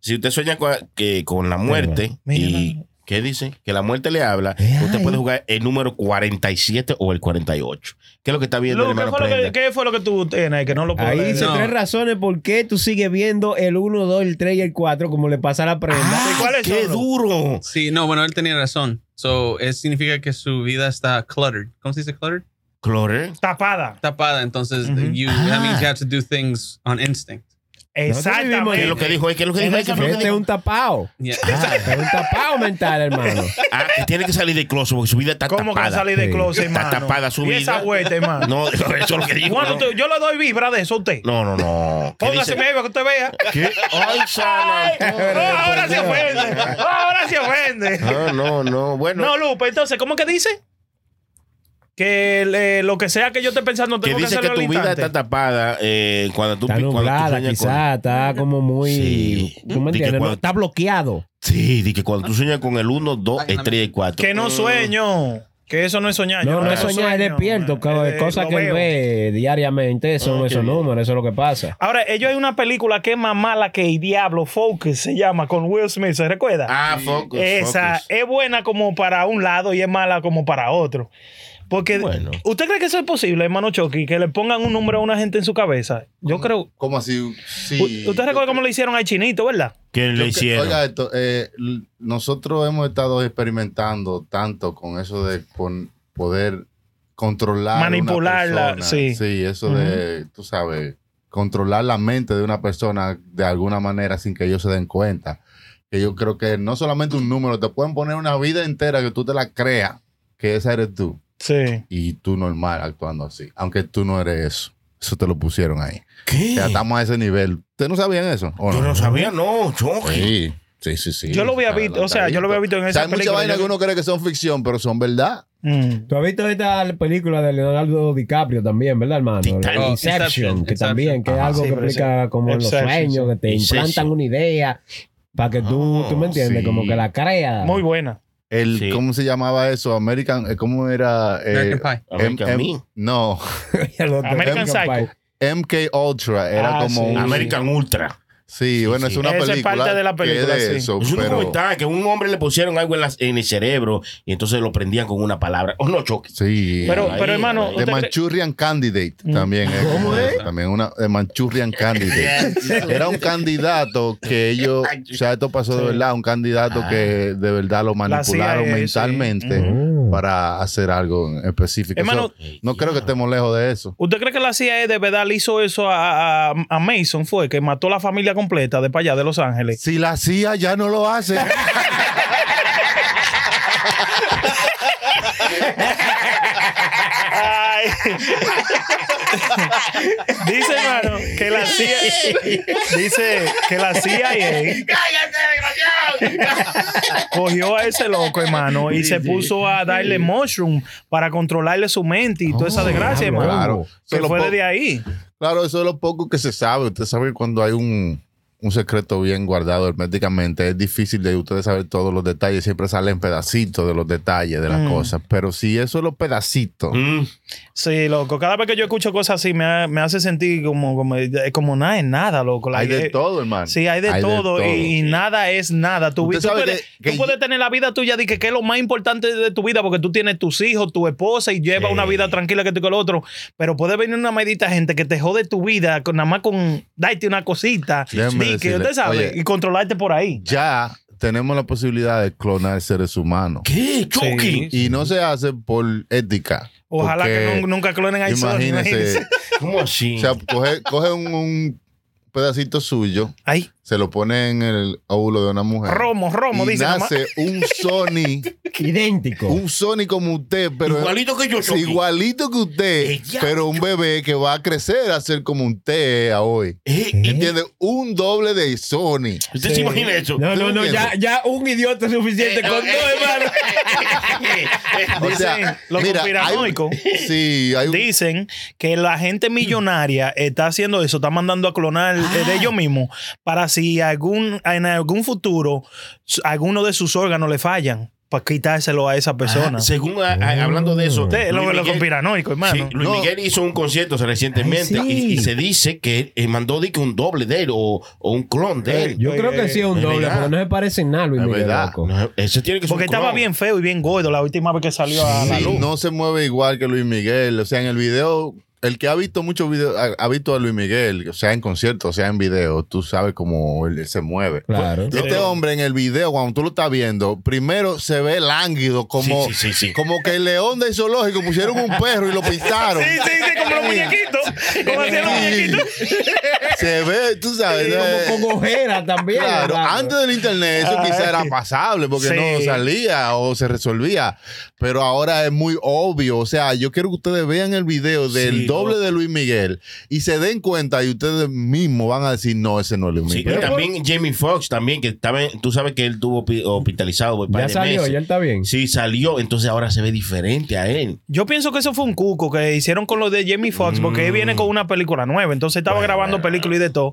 Si usted sueña con, que, con la muerte Mira. y ¿qué dice? Que la muerte le habla, usted puede jugar el número 47 o el 48. ¿Qué es lo que está viendo Lu, el ¿qué hermano fue, lo que, Prenda? qué fue lo que tú tienes que no lo puedo Ahí leer? dice No. tres razones por qué tú sigues viendo el 1, 2, el 3 y el 4 como le pasa a la prenda. Ah, ¿Y cuáles ¡Qué son, Lu? duro! Sí, no, bueno, él tenía razón. So, eso significa que su vida está cluttered. ¿Cómo se dice cluttered? Clore. Tapada. Tapada. Entonces, Ujú. you, that means you have to do things on instinct. ¿Qué Exactamente. es lo que dijo él? ¿Qué es lo que dijo él? ¿Qué fue lo que Este es dijo? un tapado. Yeah. Ah, este es un tapado mental, hermano. Ah, que tiene que salir del closet porque su vida está ¿Cómo que tapada. salir de Sí. closet, Está hermano? tapada su Y vida. esa vuelta, hermano. No, eso es lo que dijo. Bueno, No, tú- yo le doy vibra de eso a usted. no, no. no. ¿Qué Póngase dice? medio para que usted vea. ¿Qué? ¡Ay, Sana! Oh, ahora se ofende. Oh, ahora se ofende. No, no, no. Ah, Bueno, No, Lupe, entonces, ¿cómo que dice? Que le- lo que sea que yo esté pensando, que tengo que, dice que hacerlo tu al vida instante. está tapada eh, cuando tú Está pi- cuando tú nublada, sueñas con- quizás, está como muy. Sí. ¿Tú me Di que entiendes? cuando- No, está bloqueado. Sí, di que cuando tú sueñas con el 1, 2, el 3 y 4. Que no sueño. Que eso no es soñar. No, yo no es lo soñar, es sueño, despierto. man. co- Eh, Cosas lo que él veo. ve diariamente, eso no Ah, es qué su bien. número, eso es lo que pasa. Ahora, ellos hay una película que es más mala que el Diablo, Focus se llama, con Will Smith, ¿se recuerda? Ah, focus. Esa focus. es buena como para un lado y es mala como para otro. Porque, Bueno. ¿usted cree que eso es posible, hermano Chucky? Que le pongan un número a una gente en su cabeza. Yo creo. ¿Cómo así? Sí. U- ¿Usted recuerda cómo le hicieron al chinito, verdad? ¿Qué Yo le que- hicieron? Oiga esto, eh, l- nosotros hemos estado experimentando tanto con eso de pon- poder controlar. a una Manipularla, persona. sí. eso de, tú sabes, controlar la mente de una persona de alguna manera sin que ellos se den cuenta. Que yo creo que no solamente un número, te pueden poner una vida entera que tú te la creas, que esa eres tú. Sí. Y tú normal actuando así, aunque tú no eres eso. Eso te lo pusieron ahí. O sea, estamos a ese nivel. ¿Ustedes no sabían eso? ¿O Yo no? no sabía, no, Chucky. Sí, sí, sí, sí. Yo lo había Está- visto, o sea, está yo lo había visto en O sea, esa hay muchas película, vainas yo que vi- uno cree que son ficción, pero son verdad. Mm. Tú has visto esta película de Leonardo DiCaprio también, ¿verdad, hermano? Titanic. La Oh, Inception, Ah, Inception, que Inception. también, que es Ajá, algo sí, que pero explica como en los Inception, sueños, que te Inception. implantan una idea para que tú, Ah, tú me entiendes, sí. como que la creas. Muy buena. El, Sí. ¿Cómo se llamaba eso? American, eh, ¿cómo era? Eh, American Pie. American M- Me. no, Lo de American American Psycho. Pie. MK Ultra era Ah, como sí. un- American Ultra. Sí, bueno, es una Esa es película. parte de la que es película, de sí. eso, Es un pero- documental que un hombre le pusieron algo en, las- en el cerebro y entonces lo prendían con una palabra. O no, choque. Sí. Pero, Ahí, pero hermano, The ¿usted cree- Manchurian Candidate también es. como eso, También una The Manchurian Candidate. Era un candidato que ellos, o sea, esto pasó de verdad, un candidato que de verdad lo manipularon CIA, sí. mentalmente para hacer algo en específico. Hermano- Eso, no creo que estemos lejos de eso. ¿usted cree que la CIA de verdad le hizo eso a, a- a Mason? Fue que mató la familia completa de para allá, de Los Ángeles. Si la CIA ya no lo hace. Ay. dice, hermano, que la CIA. dice que la CIA cogió a ese loco, hermano, y se puso a darle mushroom para controlarle su mente y toda esa desgracia, hermano. Oh, Claro. Se Solo fue po- desde ahí. Claro, eso es lo poco que se sabe. Usted sabe que cuando hay un, un secreto bien guardado herméticamente, es difícil de ustedes saber todos los detalles. Siempre salen pedacitos de los detalles de las Mm. cosas. Pero si eso es los pedacitos. Sí, loco. Cada vez que yo escucho cosas así, me, ha- me hace sentir como, como, eh, como nada es nada, loco. La- Hay de eh, todo, hermano. Sí, hay de todo, y- Y, nada es nada. Tú, Usted tú sabe puedes- que- tú que- puedes tener la vida tuya, de que, que es lo más importante de tu vida, porque tú tienes tus hijos, tu esposa y llevas una vida tranquila que tú con el otro. Pero puede venir una medita gente que te jode tu vida, con, nada más con darte una cosita, Sí, déjame di que decirle, usted sabe, oye. y controlarte por ahí. Ya tenemos la posibilidad de clonar seres humanos. ¿Qué? Sí. Chucky. Y no se hace por ética. Ojalá que Porque nun- nunca clonen a Aizor, Imagínese. ¿Cómo así? o sea, coge, coge un, un pedacito suyo, Ay, se lo pone en el óvulo de una mujer. Romo, Romo, y dice. nada más. nace un Sony, Idéntico. un Sony como usted, pero Igualito que yo, es Chucky. igualito que usted, Ella- pero un bebé que va a crecer a ser como usted a hoy. Eh, ¿Entiende? Un doble de Sony. ¿Usted se imagina eso? No, no, no, ya, ya un idiota es suficiente con dos, hermano. Eh, Ah, O Dicen, lo conspiranoico. hay- sí, hay un, Dicen que la gente millonaria está haciendo eso, está mandando a clonar eh, de ellos mismos para si algún, en algún futuro s- alguno de sus órganos le fallan, para quitárselo a esa persona. Ah, según a- a- hablando de Oh. eso, Usted es lo, Luis lo Miguel- conspiranoico, sí, hermano. Luis No. Miguel hizo un concierto recientemente Ay, sí. y, y se dice que eh, mandó di que un doble de él o, o un clon de él. Yo creo que sí es un Es doble, verdad. porque no se parece en nada, Luis Es Miguel, verdad. loco. No, ese tiene que ser Porque un estaba clon. bien feo y bien gordo la última vez que salió a la Sí, luz. no se mueve igual que Luis Miguel. O sea, en el video, el que ha visto muchos videos, ha, ha visto a Luis Miguel, o sea, en conciertos, o sea, en video, tú sabes cómo él, se mueve. Claro. Este hombre en el video, cuando tú lo estás viendo, primero se ve lánguido, como, Sí, sí, sí, sí. como que el león del zoológico pusieron un perro y lo pintaron. Sí, sí, sí, como los muñequitos. Como hacían los muñequitos. Se ve, tú sabes. eh, Como con ojera también. Claro, hermano. antes del internet eso quizá era pasable porque Sí. no salía o se resolvía, pero ahora es muy obvio. O sea, yo quiero que ustedes vean el video del Sí, doble de Luis Miguel y se den cuenta y ustedes mismos van a decir, no, ese no es Luis Sí, Miguel. y también Jamie Foxx también, que estaba, en- tú sabes que él estuvo pi- hospitalizado por un par Ya de salió, meses. ya él está bien. Sí, salió, entonces ahora se ve diferente a él. Yo pienso que eso fue un cuco que hicieron con lo de Jamie Foxx, porque él viene con una película nueva. Entonces estaba grabando películas y de todo.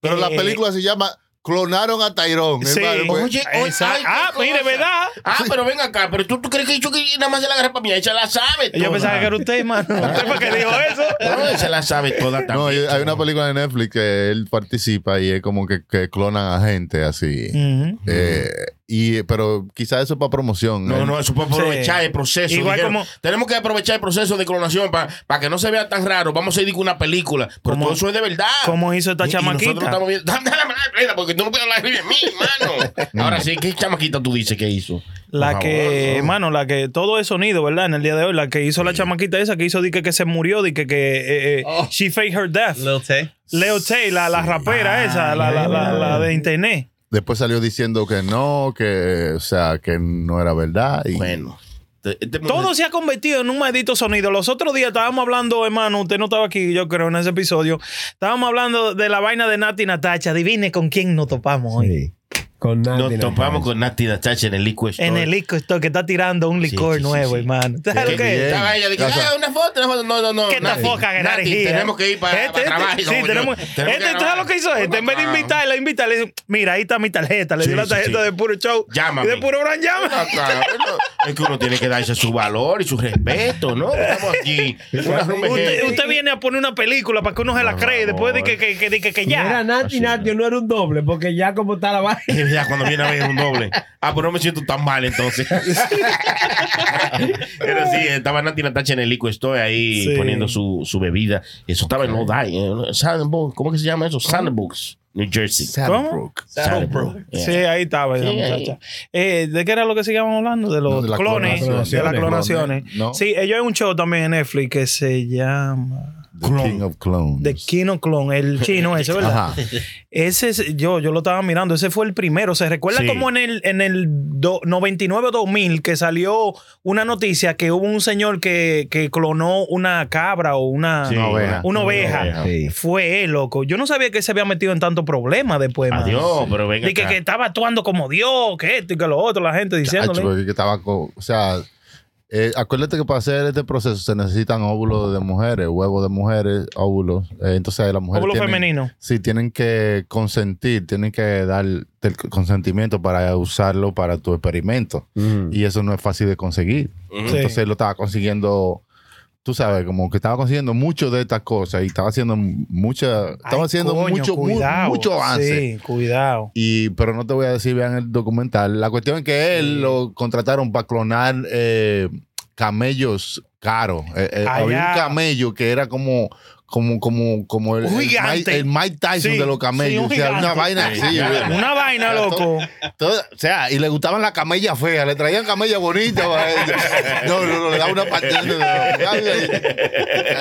pero la Eh, película se llama Clonaron a Tyrone. Sí. hermano, pues, Oye, oye, Esa- ay, qué ah, cosa. mire, ¿verdad? Ah, pero ven acá, pero tú, tú crees que yo que nada más se la agarré para mí, ella la sabe toda. Yo pensaba que era usted, hermano. Ah. ¿Usted fue que dijo eso? No, ella la sabe toda también. no, hay, hay una película de Netflix que él participa y es como que, que clonan a gente así. Ujú. Eh, y, pero quizá eso es para promoción. No, Él- no, eso puede aprovechar el proceso. Igual Dijeron, como- Tenemos que aprovechar el proceso de clonación para que no se vea tan raro. Vamos a ir con una película. Pero Como- todo eso es de verdad. como hizo esta Y- y chamaquita. nosotros estamos viendo- Dame la mano, Elena, porque tú no puedes hablar de mí, mano. Ahora sí, ¿qué chamaquita tú dices que hizo? La Por que, favor, ¿no? hermano, la que todo es sonido, ¿verdad? En el día de hoy, la que hizo la chamaquita esa, que hizo di que, que se murió, di que, que eh, eh, Oh. she faked her death. Lil Tay. Leo Tay, la, la Ah, rapera esa, la, la, la, la de internet. Después salió diciendo que no, que, o sea, que no era verdad. Y Bueno. te- este- Todo se ha convertido en un maldito sonido. Los otros días estábamos hablando, hermano, usted no estaba aquí, yo creo, en ese episodio. Estábamos hablando de la vaina de Nati y Natacha. Adivine con quién nos topamos hoy. Sí. Con Nati. Nos topamos con Nati Natasha en el Liquid Store. En el licor store, que está tirando un licor sí, sí, nuevo, sí. hermano. ¿Sabes Que lo que es? Estaba ella, dije, O sea, "Ah, una foto, una foto. No, no, no. ¿Qué te Nati, foca que Nati, energía? tenemos que ir para, para Este, este, trabajo. Sí, coño. tenemos. que Este, ¿tú sabes grabar. lo que hizo este? En vez de Vamos a trabajar. invitarla, invitarla. le dice, Mira, ahí está mi tarjeta. Le Sí, dio la sí, tarjeta sí. de puro show. Llámame. Y de puro gran llama. Ah, claro, no. Es que uno tiene que darse su valor y su respeto, ¿no? Estamos aquí. Una Usted, rumejera. usted viene a poner una película para que uno se Ah, la cree después de que, que, que, de que, que ya. Era Nati, Nati, no era un doble, porque ya como está la vaina. Es verdad, cuando viene a ver un doble. Ah, pues no me siento tan mal entonces. Pero sí, estaba Nati Natacha en el liquid Estoy ahí Sí. poniendo su, su bebida. Eso estaba en Old ¿Cómo que se llama eso? Sandbox, New Jersey. ¿Cómo? Sandbrook. Yeah. Sí, ahí estaba esa Sí, ahí. muchacha. Eh, ¿De qué era lo que seguíamos hablando? De No, los de las clones, clonaciones. de las clonaciones. No. Sí, ellos hay un show también en Netflix que se llama The King of Clones. The Kino Clone, el chino ese, ¿verdad? Ajá. Ese es- yo, yo lo estaba mirando, ese fue el primero. ¿Se recuerda Sí. como en el, en el do- 99 o 2000 que salió una noticia que hubo un señor que, que clonó una cabra o una, Sí, Una oveja. una oveja? Sí. Fue él, loco. Yo no sabía que se había metido en tanto problema después. man. Adiós, pero venga. De que, acá. que estaba actuando como Dios, que esto y que lo otro, la gente Chacho, diciéndole. porque que estaba co- o sea, eh, acuérdate que para hacer este proceso se necesitan óvulos de mujeres, huevos de mujeres, óvulos. Eh, entonces las mujeres. Óvulo tienen- femenino. Sí, tienen que consentir, tienen que dar el consentimiento para usarlo para tu experimento. Mm. Y eso no es fácil de conseguir. Sí. Mm, Entonces él lo estaba consiguiendo. Tú sabes, como que estaba consiguiendo mucho de estas cosas y estaba haciendo mucha, estaba Ay, haciendo coño, mucho, mu- cuidado. mucho avance. Sí, cuidado. Y, pero no te voy a decir, vean el documental. La cuestión es que él lo contrataron para clonar eh, camellos caros. Eh, eh, Allá. había un camello que era como, como, como, como el, Un el gigante. Mike, el Mike Tyson Sí, de los sí, camellos. un o sea, una gigante. vaina Sí. así. Una güey. Una vaina, Era loco. Todo- o sea, y le gustaban las camellas feas, le traían camellas bonitas. para él. no, no, no, le daba una partida. no, no,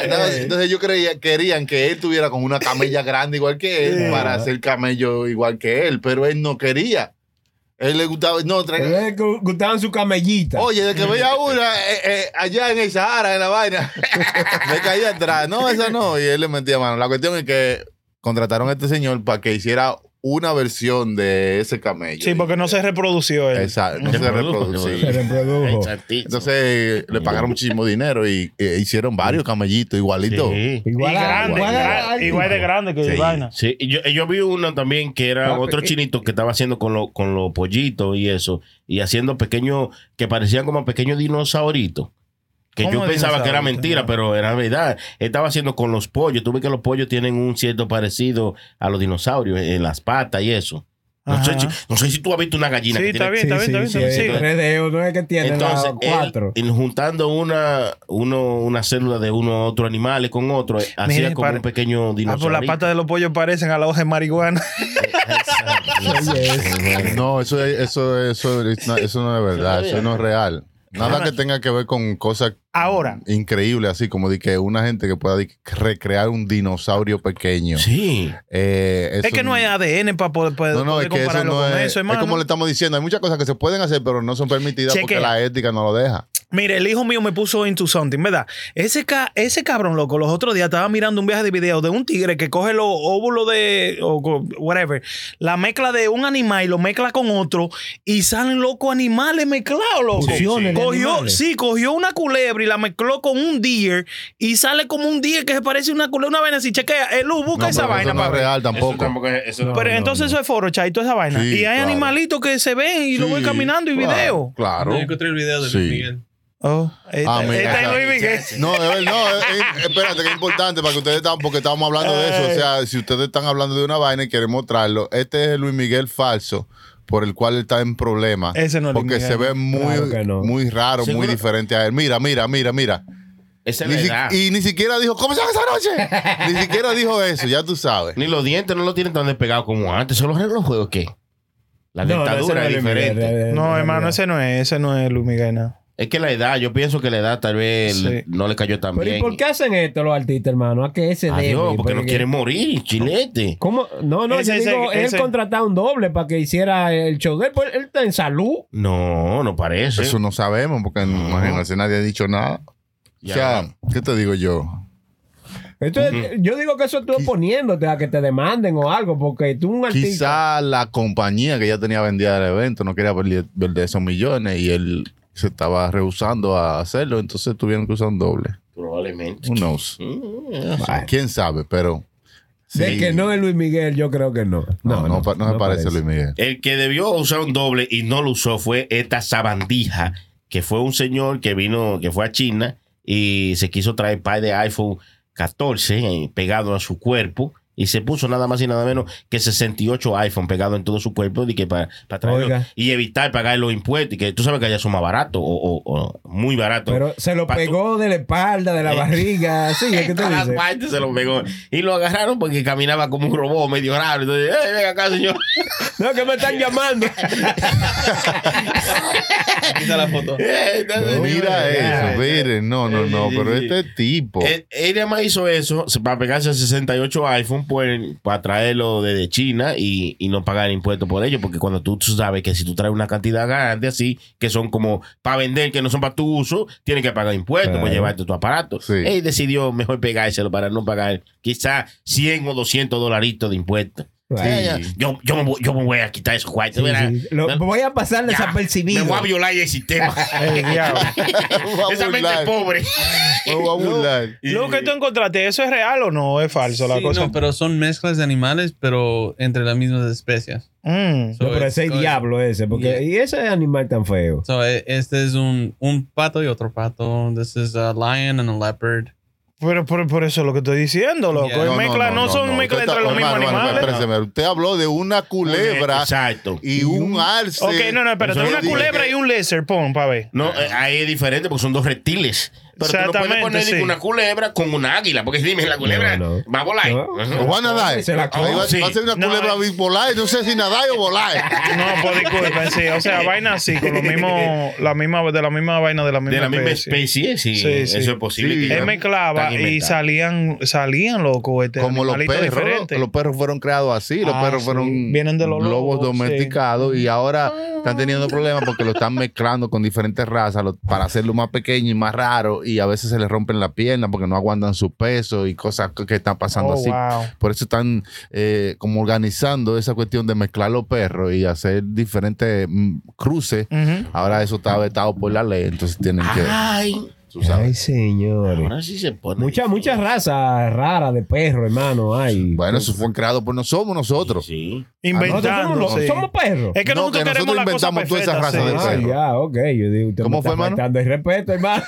no. No, Entonces yo creía, querían que él tuviera como una camella grande igual que él para hacer camello igual que él, pero él no quería. Él le gustaba, no, traía. Le gustaban su camellita. Oye, de que veía una eh, eh, allá en el Sahara, en la vaina, me caía atrás. No, esa no. Y él le metía mano. La cuestión es que contrataron a este señor para que hiciera una versión de ese camello. Sí, porque no se reprodució él. Exacto, no Se se reprodujo, reproduce. Se reprodujo. Exactísimo. Entonces le pagaron muchísimo dinero y eh, hicieron varios Mm. camellitos igualitos. Sí. Igual, a- grande, igual a- gra- igual de grande que Sí. vaina. Sí, y yo, y yo vi uno también que era Ah, otro peque- chinito que estaba haciendo con, lo- con los pollitos y eso, y haciendo pequeños, que parecían como pequeños dinosauritos. Que ¿Cómo yo pensaba que era dinosauritos? mentira, Ya. pero era verdad. Estaba haciendo con los pollos. Tú ves que los pollos tienen un cierto parecido a los dinosaurios, eh, en las patas y eso. No sé, Ajá. si, no sé si tú has visto una gallina. Sí, que tiene- está bien, está bien, está bien. sí, está bien. sí, Sí. tres dedos, no es que tiene Entonces, la él- cuatro. él juntando una, uno, una célula de uno a otro animal con otro, eh, hacía Miren, como pare- un pequeño Ah, por dinosaurio. la pata de los pollos parecen a la hoja de marihuana. No, eso es- eso es- eso es- no, eso no es verdad, eso no es real. Nada que tenga que ver con cosas Ahora, increíbles así como de que una gente que pueda de que recrear un dinosaurio pequeño. Sí. Eh, es eso que no hay ADN para poder, para No, no, poder es que eso compararlo no con es, eso, es hermano. como le estamos diciendo, hay muchas cosas que se pueden hacer pero no son permitidas Chequea. porque la ética no lo deja. Mire, el hijo mío me puso into something, ¿verdad? Ese, ca- ese cabrón, loco, los otros días estaba mirando un viaje de video de un tigre que coge los óvulos de. o co- whatever. La mezcla de un animal y lo mezcla con otro y salen locos animales mezclados, loco. Fusiones de Cogió, animales. sí, cogió una culebra y la mezcló con un deer y sale como un deer que se parece a una culebra, una vaina así. Chequea, el busca No, esa pero vaina eso no para es ver. real tampoco. Pero no, entonces eso es foro, chay, toda esa vaina. Sí, y hay claro. animalitos que se ven y lo voy Sí, caminando y claro, video. Claro. Yo encontré el video de Sí. Luis Miguel. Oh, este, Ah, mira, este es claro. Luis Miguel. No, es ver- no, es- es- espérate, que es importante para que ustedes están, porque estábamos hablando de eso. O sea, si ustedes están hablando de una vaina y quieren mostrarlo, este es el Luis Miguel falso por el cual él está en problema. Ese no es Luis Porque Miguel. se ve muy, Claro que no. muy raro, muy Seguro- diferente a él. Mira, mira, mira, mira. Esa es Ni la si- edad. y ni siquiera dijo, ¿cómo se llama esa noche? ni siquiera dijo eso, ya tú sabes. Ni los dientes no lo tienen tan despegados como antes. Solo los juegos que la dentadura es diferente. No, hermano, ese no es, ese no es Luis Miguel. no. Es que la edad, yo pienso que la edad tal vez Sí. le- no le cayó tan Pero ¿y bien. por qué hacen esto los artistas, hermano? ¿A qué se debe? Adiós, porque no quieren morir, chilete. ¿Cómo? No, no, Ese- yo digo, ese- él ese- contrataba un doble para que hiciera el show de él, pues él está en salud. No, no parece. Eso no sabemos, porque imagínate, nadie ha dicho nada. O Ya. sea, ¿qué te digo yo? Entonces, yo digo que eso tú oponiéndote a que te demanden o algo, porque tú un artista. Quizá la compañía que ya tenía vendida el evento no quería perder, perder esos millones y él se estaba rehusando a hacerlo, entonces tuvieron que usar un doble. Probablemente. Who knows? Ah, ¿Quién sabe? Pero. De sí. que no es Luis Miguel, yo creo que no. No, no, pa- no se parece a Luis Miguel. El que debió usar un doble y no lo usó fue esta sabandija, que fue un señor que vino, que fue a China y se quiso traer par de iPhone 14 eh, pegado a su cuerpo. Y se puso nada más y nada menos que 68 iPhone pegado en todo su cuerpo de que para, para traerlo Oiga. y evitar pagar los impuestos. Y que tú sabes que allá son más baratos o, o- o muy baratos. Pero se lo Pa' tú- pegó de la espalda, de la Eh. barriga, sí, es que te Todas las dice. partes se lo pegó. Y lo agarraron porque caminaba como un robot medio raro. Entonces, "Ey, venga acá, señor. No, que me están llamando. Quita la foto. Eh, entonces, Mira eso, miren, no, no, no, Sí, pero sí, sí. este tipo. Él, él nada más hizo eso se- para pegarse a 68 iPhone pues, para traerlo desde China y, y no pagar impuestos por ello. Porque cuando tú, tú sabes que si tú traes una cantidad grande así, que son como para vender, que no son para tu uso, tienes que pagar impuestos por llevarte tu aparato. Sí. Él decidió mejor pegárselo para no pagar quizás 100 o 200 dolaritos de impuestos. Bueno, Eh, Yo, yo, me voy, yo me voy a quitar esos cuartos. ¿verdad? sí, sí. Lo- Me- voy a pasar ya, desapercibido. Me voy a violar el sistema. Esa mente burlar. pobre. Me voy a burlar. Lo que tú encontraste, ¿eso es real o no? ¿Es falso la Sí, cosa? No, pero son mezclas de animales, pero entre las mismas especies. Mm. So, No, pero es- ese es so, es- diablo ese, porque Yeah. y ese animal tan feo. so, eh, este es un, un pato y otro pato. This is a lion and a leopard. Pero, pero- por eso es lo que estoy diciendo, loco. Yeah. Es mezcla, no, son no. mezcla Usted entre está- los mismos hermano, hermano, animales. espérese, espérese. Usted habló de una culebra Exacto. y un alce. ok, no, no, espérate. Eso Una digo culebra y un lizard, pon, pa' ver. No, eh, ahí es diferente porque son dos reptiles. Pero tú no puedes Exactamente, poner sí. una culebra con una águila, porque dime, la culebra No, no. va a volar. No. Ajá. Lo van a dar. Se la Ahí comen, va, sí. va a ser una No, culebra eh. bipolar. No sé si nadar o volar. No, pues disculpen, sí. O sea, vaina así, con lo mismo, la misma, de la misma vaina, de la misma De la misma especie. especie, sí. Sí, sí. Eso es posible. Sí. que Es Él ya mezclaba están y inventadas. salían, salían, loco, este Como los animalito perros. diferente. Los perros fueron creados así. Los Ah, perros sí. fueron Vienen de los lobos, lobos domesticados y ahora están teniendo problemas porque lo están mezclando con diferentes razas lo- para hacerlo más pequeño y más raro. Y a veces se les rompen las piernas porque no aguantan su peso y cosas que, que están pasando Oh, así. wow. Por eso están eh, como organizando esa cuestión de mezclar los perros y hacer diferentes mm, cruces. Ujú. Ahora eso está vetado por la ley, entonces tienen que. Ah, Ay, tú sabes. Ay, señores. ahora sí se pone. Muchas, muchas razas raras de perro, hermano. Ay. Bueno, eso fue creado por nosotros, somos nosotros. Sí. Nosotros somos, Inventando, los- sí. somos perros. Es que No, nosotros que queremos nosotros la cosa inventamos toda esa perfecta, raza sí. de Ah, perro. ya, ok. Yo digo, usted ¿Cómo me fue, está hermano? faltando el respeto, hermano.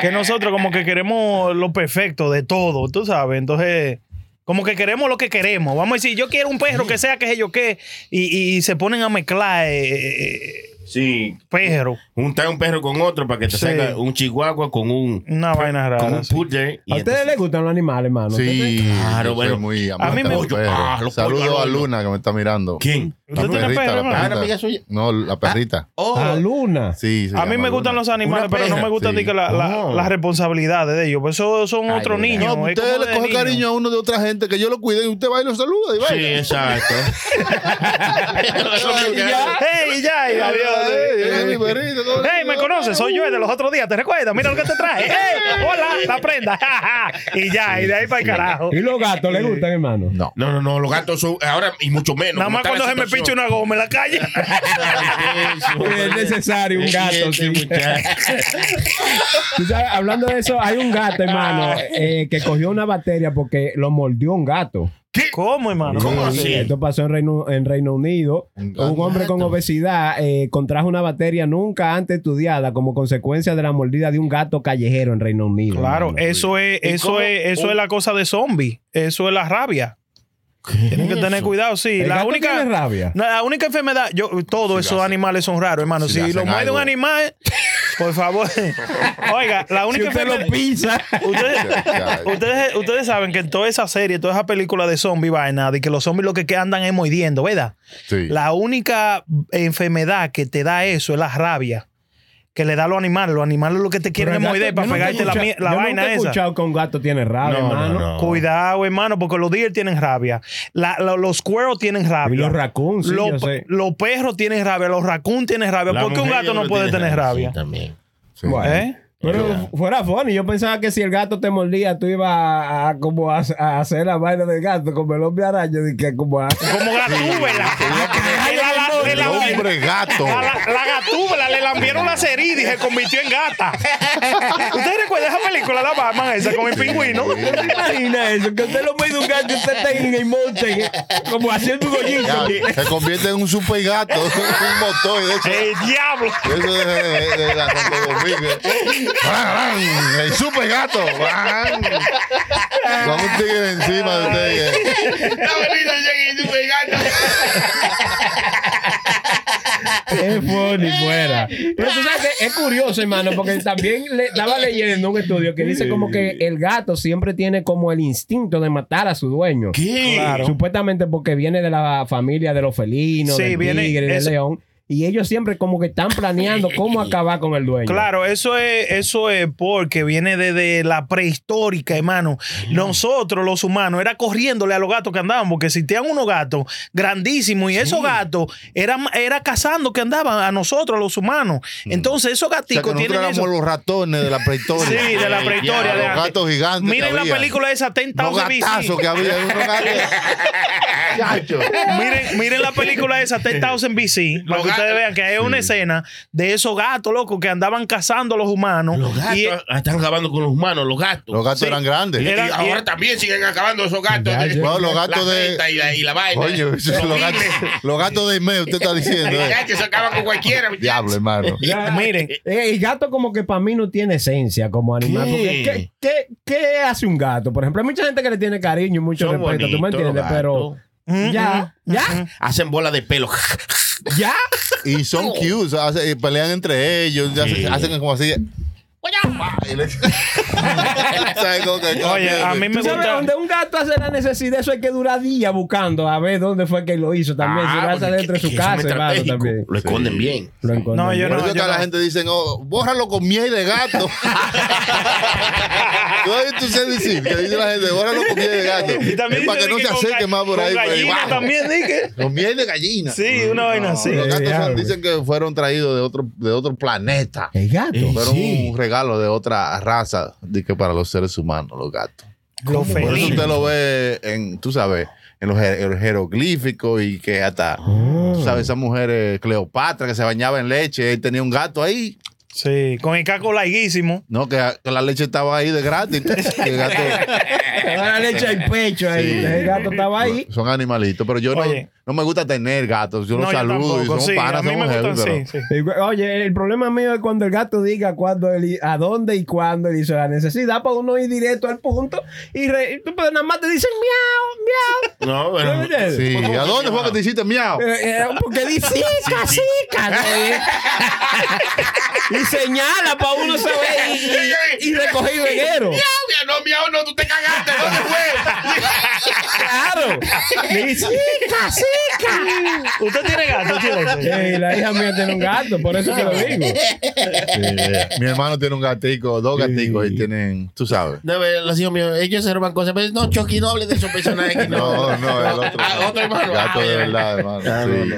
que nosotros como que queremos lo perfecto de todo, tú sabes. Entonces, como que queremos lo que queremos. Vamos a decir, yo quiero un perro que sea que sé yo qué, y, y se ponen a mezclar eh, eh, eh, Sí. perro. Juntar un perro con otro para que te Sí. salga un chihuahua con un, Una vaina con rara. un sí. poodle. y ¿A ustedes entonces- les gustan los animales, hermano? Sí, Claro, yo bueno. soy muy amante mí me de los gusta- perros. Ah, los pollos Saludo al a horno. Luna que me está mirando. ¿Quién? La ¿Tú tienes perrita, perro, la hermano? Ah, una amiga perrita. suya. No, la perrita. Oh, La luna. Sí, A mí se llama me Luna. gustan los animales, Una pero no perra, me gustan sí. Ah. ni que la- la- Oh. las responsabilidades de ellos. Pues eso son Ay, otros mira. niños. No, es usted como le de coge niño. cariño a uno de otra gente que yo lo cuide y usted va y lo saluda y Sí, vaya. exacto. Eso es lo que hace. ¡Ey, ya! y adiós. Ey, mi perrito, todo ¡Hey, me bien. conoces! Soy yo el de los otros días, ¿te recuerdas? Mira lo que te traje. ¡Hey! ¡Hola! ¡La prenda! Ja, ja. y ya, y de ahí para el carajo. ¿Y los gatos les gustan, hermano? No. No, no, no, los gatos son ahora y mucho menos. Nada como más está la cuando se me situación. pinche una goma en la calle. Es necesario un gato. Este sí. muchacho. Tú sabes, hablando de eso, hay un gato, hermano, eh, que cogió una bacteria porque lo mordió un gato. ¿Cómo, hermano? ¿Cómo Sí, así? Esto pasó en Reino, en Reino Unido. Un Un, gato. hombre con obesidad eh, contrajo una bacteria nunca antes estudiada como consecuencia de la mordida de un gato callejero en Reino Unido. Claro, hermano. eso es, ¿Y eso cómo? es, eso es la cosa de zombie. Eso es la rabia. Tienen que tener cuidado, sí. El Eh, La gato única, tiene rabia. No, la única enfermedad, yo, todos esos animales son raros, hermano. Si Si, le lo hacen muerde un algo. animal, por favor. Oiga, la única Si usted lo enfermedad. pisa. Ustedes, Ya, ya. ustedes, ustedes saben que en toda esa serie, toda esa película de zombies, vaina, de que los zombies lo que que andan es mordiendo, ¿verdad? Sí. La única enfermedad que te da eso es la rabia que le da a los animales. Los animales lo que te quieren es Pero morder el gato- para yo nunca pegarte he la, mie- escuchado- la yo vaina nunca he esa. escuchado que un gato tiene rabia, No, no, hermano. no. Cuidado, hermano, porque los deer tienen rabia. La- lo- los cueros tienen rabia. Y los raccoons, sí, Los- yo sé. los perros tienen rabia. Los raccoons tienen rabia. La ¿Por qué un mujer gato yo no creo puede tiene tener rabia? Sí, también. Sí. Bueno. ¿Eh? Pero fuera funny, yo pensaba que si el gato te mordía, tú ibas a, a como a, a hacer la vaina del gato, como el hombre araña, de que como a- Como gatúbela. La- la- El la- hombre gato. La, la, la gatúbela le lambieron las heridas y se convirtió en gata. ¿Ustedes recuerdan esa película, la Batman esa, con el pingüino? ¿Usted se imagina eso? Que usted lo mide un gato y usted está en el monte, como haciendo un Ya, hoyito. se convierte en un super gato, un motor de eso. ¡El diablo! Eso de, de, de la Santo Domingo. ¡Ran, ran! el super gato. ¡Ran! Con un tigre encima de ustedes. Es funny, fuera. Pero tú sabes que es curioso, hermano, porque también le, estaba leyendo un estudio que dice como que el gato siempre tiene como el instinto de matar a su dueño. Claro. Supuestamente porque viene de la familia de los felinos, Sí, del viene- tigre, del eso- león. Y ellos siempre como que están planeando cómo acabar con el dueño. Claro, eso es, eso es porque viene desde la prehistórica, hermano. Nosotros, los humanos, era corriéndole a los gatos que andaban, porque existían unos gatos grandísimos y esos gatos eran era cazando que andaban a nosotros, los humanos. Entonces, esos Mm. O sea, gaticos que nosotros tienen éramos eso. los ratones de la prehistoria. Sí, de la prehistoria. Los de antes. gatos gigantes. que Miren la había. película esa 10,000 Los gatazos BC. que había. Unos gatos. Chacho. Miren, miren la película esa 10,000 BC. Para que ustedes vean que hay una escena de esos gatos, locos que andaban cazando a los humanos. Los gatos ah, Y- eh, están acabando con los humanos, los gatos. Los gatos Sí. eran grandes. Y Era- ahora y- también siguen acabando esos gatos. Ya, ya. Bueno, los gatos la de- cresta Y la, y la vaina. Coño, esos son los gatos, los gatos de Ime, usted está diciendo. eh. se acaban con cualquiera. Diablo, hermano. Ya, Miren. eh, el gato como que para mí no tiene esencia como animal. ¿Qué? porque ¿Qué? qué, qué hace un gato? Por ejemplo, hay mucha gente que le tiene cariño y mucho Son respeto, tú me bonitos los entiendes, pero gatos. Mm, ya, ya, Hacen bola de pelo. ya. Y son cute, o sea, hace- y pelean entre ellos, y hacen, Sí. hacen como así. Y le- ¿Sabes cómo que- cómo Oye, que- a mí me Tú sabes, gusta. donde un gato hace la necesidad, eso hay que durar días buscando a ver dónde fue que lo hizo también. Ah, se lo hace porque dentro de es que- es que son su casa, hermano, estratégicos. también. Lo esconden bien. Lo encontré. No, yo Por eso no, es que yo a la no. gente dicen, oh, bórralo con miel de gato. ¿Tú has visto ese decir? Que dice la gente, bórralo con miel de gato. Y también Es para que dice no que se con acerque ga- más por con ahí. pues, por ahí gallina abajo. también, dije. Con miel de gallina. Sí, una vaina así. Los gatos son- diablo. dicen que fueron traídos de otro, de otro planeta. El gato. Eh, Fueron un regalo de otra raza de que para los seres humanos, los gatos. Lo Por eso feliz. usted lo ve en, tú sabes, en los, jer- en los jeroglíficos y que hasta, tú sabes, esas mujeres, Cleopatra, que se bañaba en leche, él tenía un gato ahí, Sí, con el caco larguísimo. no, que, que la leche estaba ahí de gratis. que el gato- Ahora le echa el pecho ahí. Sí. El gato estaba ahí. son animalitos, pero yo no, Oye. no me gusta tener gatos, yo los No, yo saludo y tampoco. son Sí, a panas, mí somos me heavy, gustan, pero... sí, sí. Y, Oye, el problema mío es cuando el gato diga cuándo él hi- a dónde y cuándo él hizo la necesidad para uno ir directo al punto y re- tú puedes nada más te dicen miau, No, miau. bueno. ¿Entiendes? Sí, ¿a dónde fue que te hiciste miau? Eh, eh, porque dice cica, cica, ¿no? y señala para uno saber y, y, y recoger veguero. No, miau, no, tú te cagaste. ¿Dónde fue? Claro. Y cica, cica. Usted tiene gato, chile. Ey, la hija mía tiene un gato, por eso te lo digo. Mi hermano tiene un gatico, dos gaticos, y tienen, tú sabes. No, ve, los hijos míos, ellos se roban cosas. Pero no, Chucky, no hables de esos personajes. que No, no, el otro. Ah, otro hermano. Gato Ah, de ya. verdad, hermano. sí.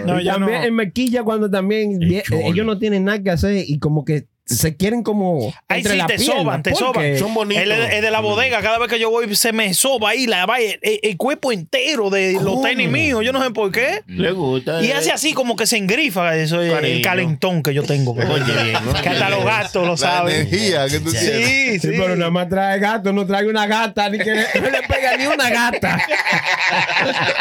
No, Y yo también no. en Mequilla cuando también vie- chole. ellos no tienen nada que hacer y como que se quieren como Ay, entre sí, la te pierna, soban, te porque soban. Son bonitos. Mm. Él es, es de la bodega, cada vez que yo voy se me soba ahí la vaina, el, el cuerpo entero de los ¿Cómo? tenis míos, yo no sé por qué. Le gusta. eh. Y hace así como que se engrifa eso, es el Cariño. calentón que yo tengo. Oye, bien. ¿no? que hasta los gatos lo La saben. energía que tú tienes. Sí, Sí, sí. pero nada más trae gato, no trae una gata, ni que le- no le pega ni una gata.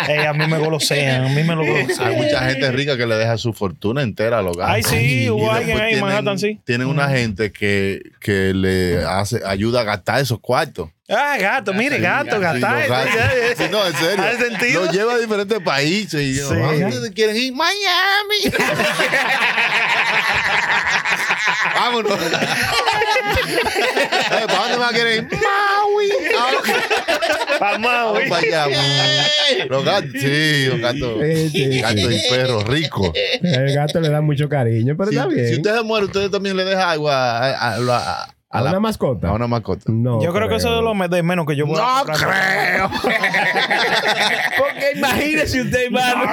Ey, Eh, a mí me golosean, a mí me lo Hay golosean. mucha gente rica que le deja su fortuna entera a los gatos. Ay, sí, Y hubo después alguien ahí en pues tienen- Manhattan, sí. Mm. Tienen una gente que, que le hace, ayuda a gastar esos cuartos. Ah, gato, mire, gato, Sí, los gata. gatos. Sí, no, en serio. ¿Hace sentido? Los lleva a diferentes países. Y yo, Sí. "Ah, ¿Ustedes quieren ir? ¡Miami! Vámonos. Eh, ¿Para dónde más quieren ir? ¡Maui! Ah, ok. Mamá, Vamos güey. para allá. Los gatos, sí, los gatos. Sí, sí. Gatos y perros ricos. El gato le da mucho cariño, pero Si, está bien. si usted se muere, usted también le deja agua a, a- a- a- A, la- una mascota? a una mascota. No. Yo creo que eso es lo me- de menos que yo voy a comprar. creo. Porque imagínese usted, hermano.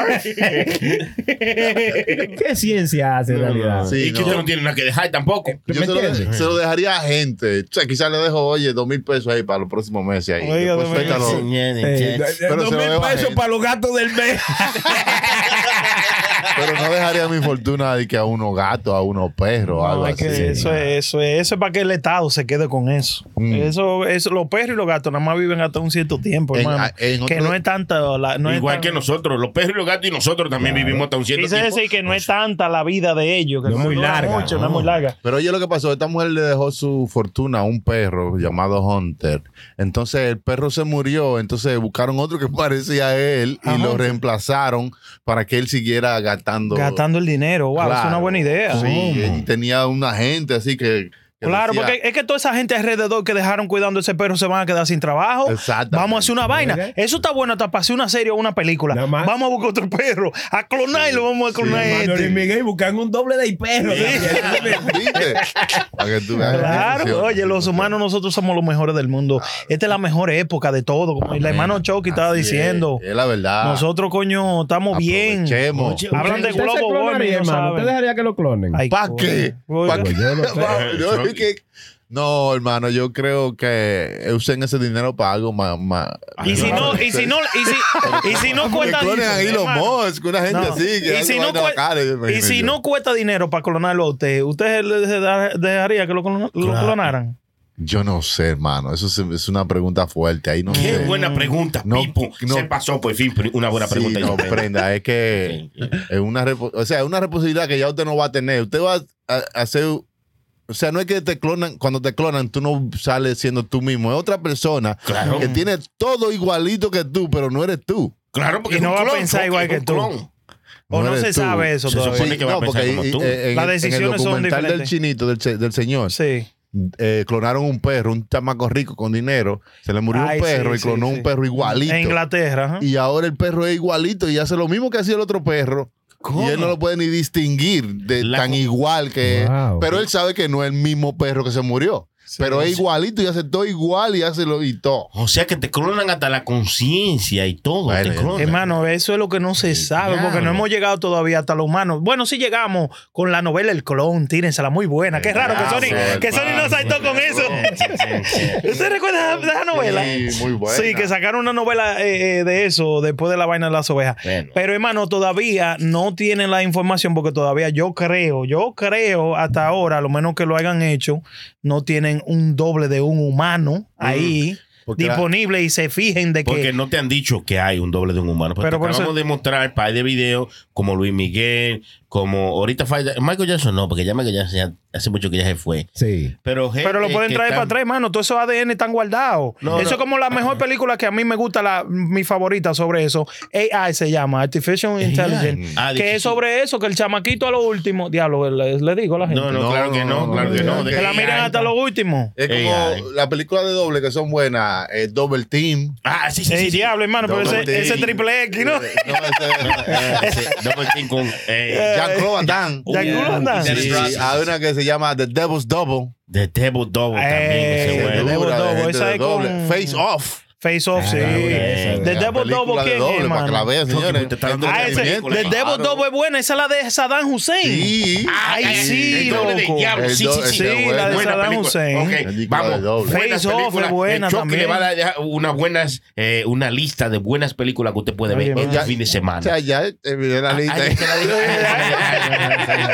¿Qué ciencia hace en realidad? Sí, y que no. usted no tiene nada que dejar tampoco. Yo se ¿Me lo, entiendes? se lo dejaría a gente. O sea, quizás le dejo, oye, dos mil pesos ahí para los próximos meses. Ahí. Oiga, Después dos mil suéltalo. Eh, Pero se lo debo a gente. los gatos del mes. Pero no dejaría mi fortuna de que a unos gatos, a unos perros, No, algo es así. que eso, es, eso, es, eso es para que el Estado se quede con eso. Mm. Eso, eso. Los perros y los gatos nada más viven hasta un cierto tiempo, En- hermano. a- en que otro- no es tanta la, no es Igual tan- que nosotros, los perros y los gatos y nosotros también vivimos hasta un cierto Quise tiempo. decir que no es tanta la vida de ellos. Que No es muy dura larga, mucho, no. no. es muy larga. Pero oye lo que pasó, esta mujer le dejó su fortuna a un perro llamado Hunter. Entonces el perro se murió, entonces buscaron otro que parecía a él y A lo Hunter. reemplazaron para que él siguiera gastando. Gastando el dinero. Wow, es una Claro. buena idea. Sí, y tenía una gente así que... que Claro, decía, porque es que toda esa gente alrededor que dejaron cuidando ese perro se van a quedar sin trabajo. Exactamente. oh, Vamos a hacer una vaina. Eso está bueno hasta para hacer una serie o una película. Nada más. Vamos a buscar otro perro. A clonarlo, vamos a clonar este. Manuel y Miguel buscan un doble de perro. ¿Viste? Para que tú veas. Claro, oye, los humanos nosotros somos los mejores del mundo. Esta es la mejor época de todo, como el hermano Chucky estaba Así es, diciendo. Es la verdad. Nosotros, coño, estamos bien. Aprovechemos. Oye, Hablan de usted se globo clonaría, warming, no hermano. ¿Usted saben. dejaría que lo clonen? Ay, ¿Pa' coño. qué? ¿Pa' qué? Yo no sé. Vamos, yo creo que- No, hermano, yo creo que usen ese dinero para algo más. más- Y si no, y si no, y si, y si no Que cuesta clonen a Elon hermano. Musk, una gente No. así. Que Y si algo no vaina cue- bacana, yo Y imagino si yo. no cuesta dinero para clonarlo a usted, ¿usted le- le da- dejaría que lo, clon- lo clonaran? Yo no sé, hermano. Eso es, es una pregunta fuerte. Ahí no Qué sé. buena pregunta, No, Pipo. no. Se pasó por fin una buena Sí, pregunta. no, prenda, es que es una, repo- o sea, es una responsabilidad que ya usted no va a tener. Usted va a, a hacer, o sea, no es que te clonan, cuando te clonan tú no sales siendo tú mismo, es otra persona Claro. Mm. que tiene todo igualito que tú, pero no eres tú. Claro, porque Y es no un va a clon, pensar Chucky, igual es que un tú. clon. ¿O no eres se tú. sabe eso Se todavía? supone que va a no, pensar porque como y- tú. eh, en, Las el- en el decisiones son documental del diferentes. chinito, del, che- del señor, Sí. eh, clonaron un perro, un chamaco rico con dinero, se le murió Ay, un perro sí, y clonó sí, un sí. perro igualito. En Inglaterra. ajá. y ahora el perro es igualito y hace lo mismo que hacía el otro perro. Y él no lo puede ni distinguir de La tan co- igual que es. Wow. eh, Pero él sabe que no es el mismo perro que se murió. pero es igualito y hace todo igual y hace lo y todo. O sea que te clonan hasta la conciencia y todo. Bueno, te clonan. Hermano, eso es lo que no se sabe, porque diablo. no hemos llegado todavía hasta los humanos. Bueno, sí llegamos con la novela El Clon, tírensela, muy buena. Qué raro que Ah, Sony, bueno, que Sony no hermano. saltó con eso. ¿Usted recuerda esa, esa novela? Sí, muy buena. Sí, que sacaron una novela eh, eh, de eso después de la vaina de las ovejas. Bueno. Pero hermano, todavía no tienen la información porque todavía yo creo, yo creo hasta ahora, a lo menos que lo hayan hecho, no tienen un doble de un humano ahí Mm, Porque la- disponible y se fijen de Porque que... no te han dicho que hay un doble de un humano. Pero Pero por acabamos eso- de mostrar par de videos como Luis Miguel, como ahorita falla. Michael Jackson no, porque ya Michael Jackson ya- hace mucho que ya se fue. Sí. Pero, Pero lo gente pueden Eh, que traer están- para atrás, hermano. Todos esos ADN están guardados. No, eso no. es como la mejor película que a mí me gusta, la, mi favorita sobre eso. AI se llama, Artificial Intelligence. Ah, que difícil. es sobre eso, que el chamaquito a lo último, diablo, le, le digo a la gente. No, no, No, claro que no, no, claro que no, no. no, De- que la miren hasta lo último. Es como Ey, ay. la película de doble que son buenas, eh, Double Team. Ah, sí, sí, Ey, sí. sí. diablo, hermano, pero Double ese, Team. Eh, ese triple X, ¿no? No, ese- Ah, sí, Double team con, eh, Jean-Claude Van Damme. Ya que uno anda. Sí, Sí, hay una que se llama The Devil's Double. The Devil Double también. Eh, ese The juego. Devil Dura de Double, gente esa de es doble. con- Face Off. Face Off, sí. eh, The Devil Double, que ¿quién es, doble, para que la hermano? vean, señores. te está dando Ah, ese, The entretenimiento, Devil Claro. Double es buena. Esa es la de Saddam Hussein. Sí. Ay, sí, Ah, el doble de loco. diablo. El Sí, do- sí, sí. sí, la de Saddam película. Hussein. Ok, Película de vamos. doble. Buenas Face Off es películas. buena El Chucky también. le va a dar unas buenas, eh, una lista de buenas películas que usted puede ver Oye, este ya- fin de O semana. sea, ya terminé la lista. Ay, se la dije.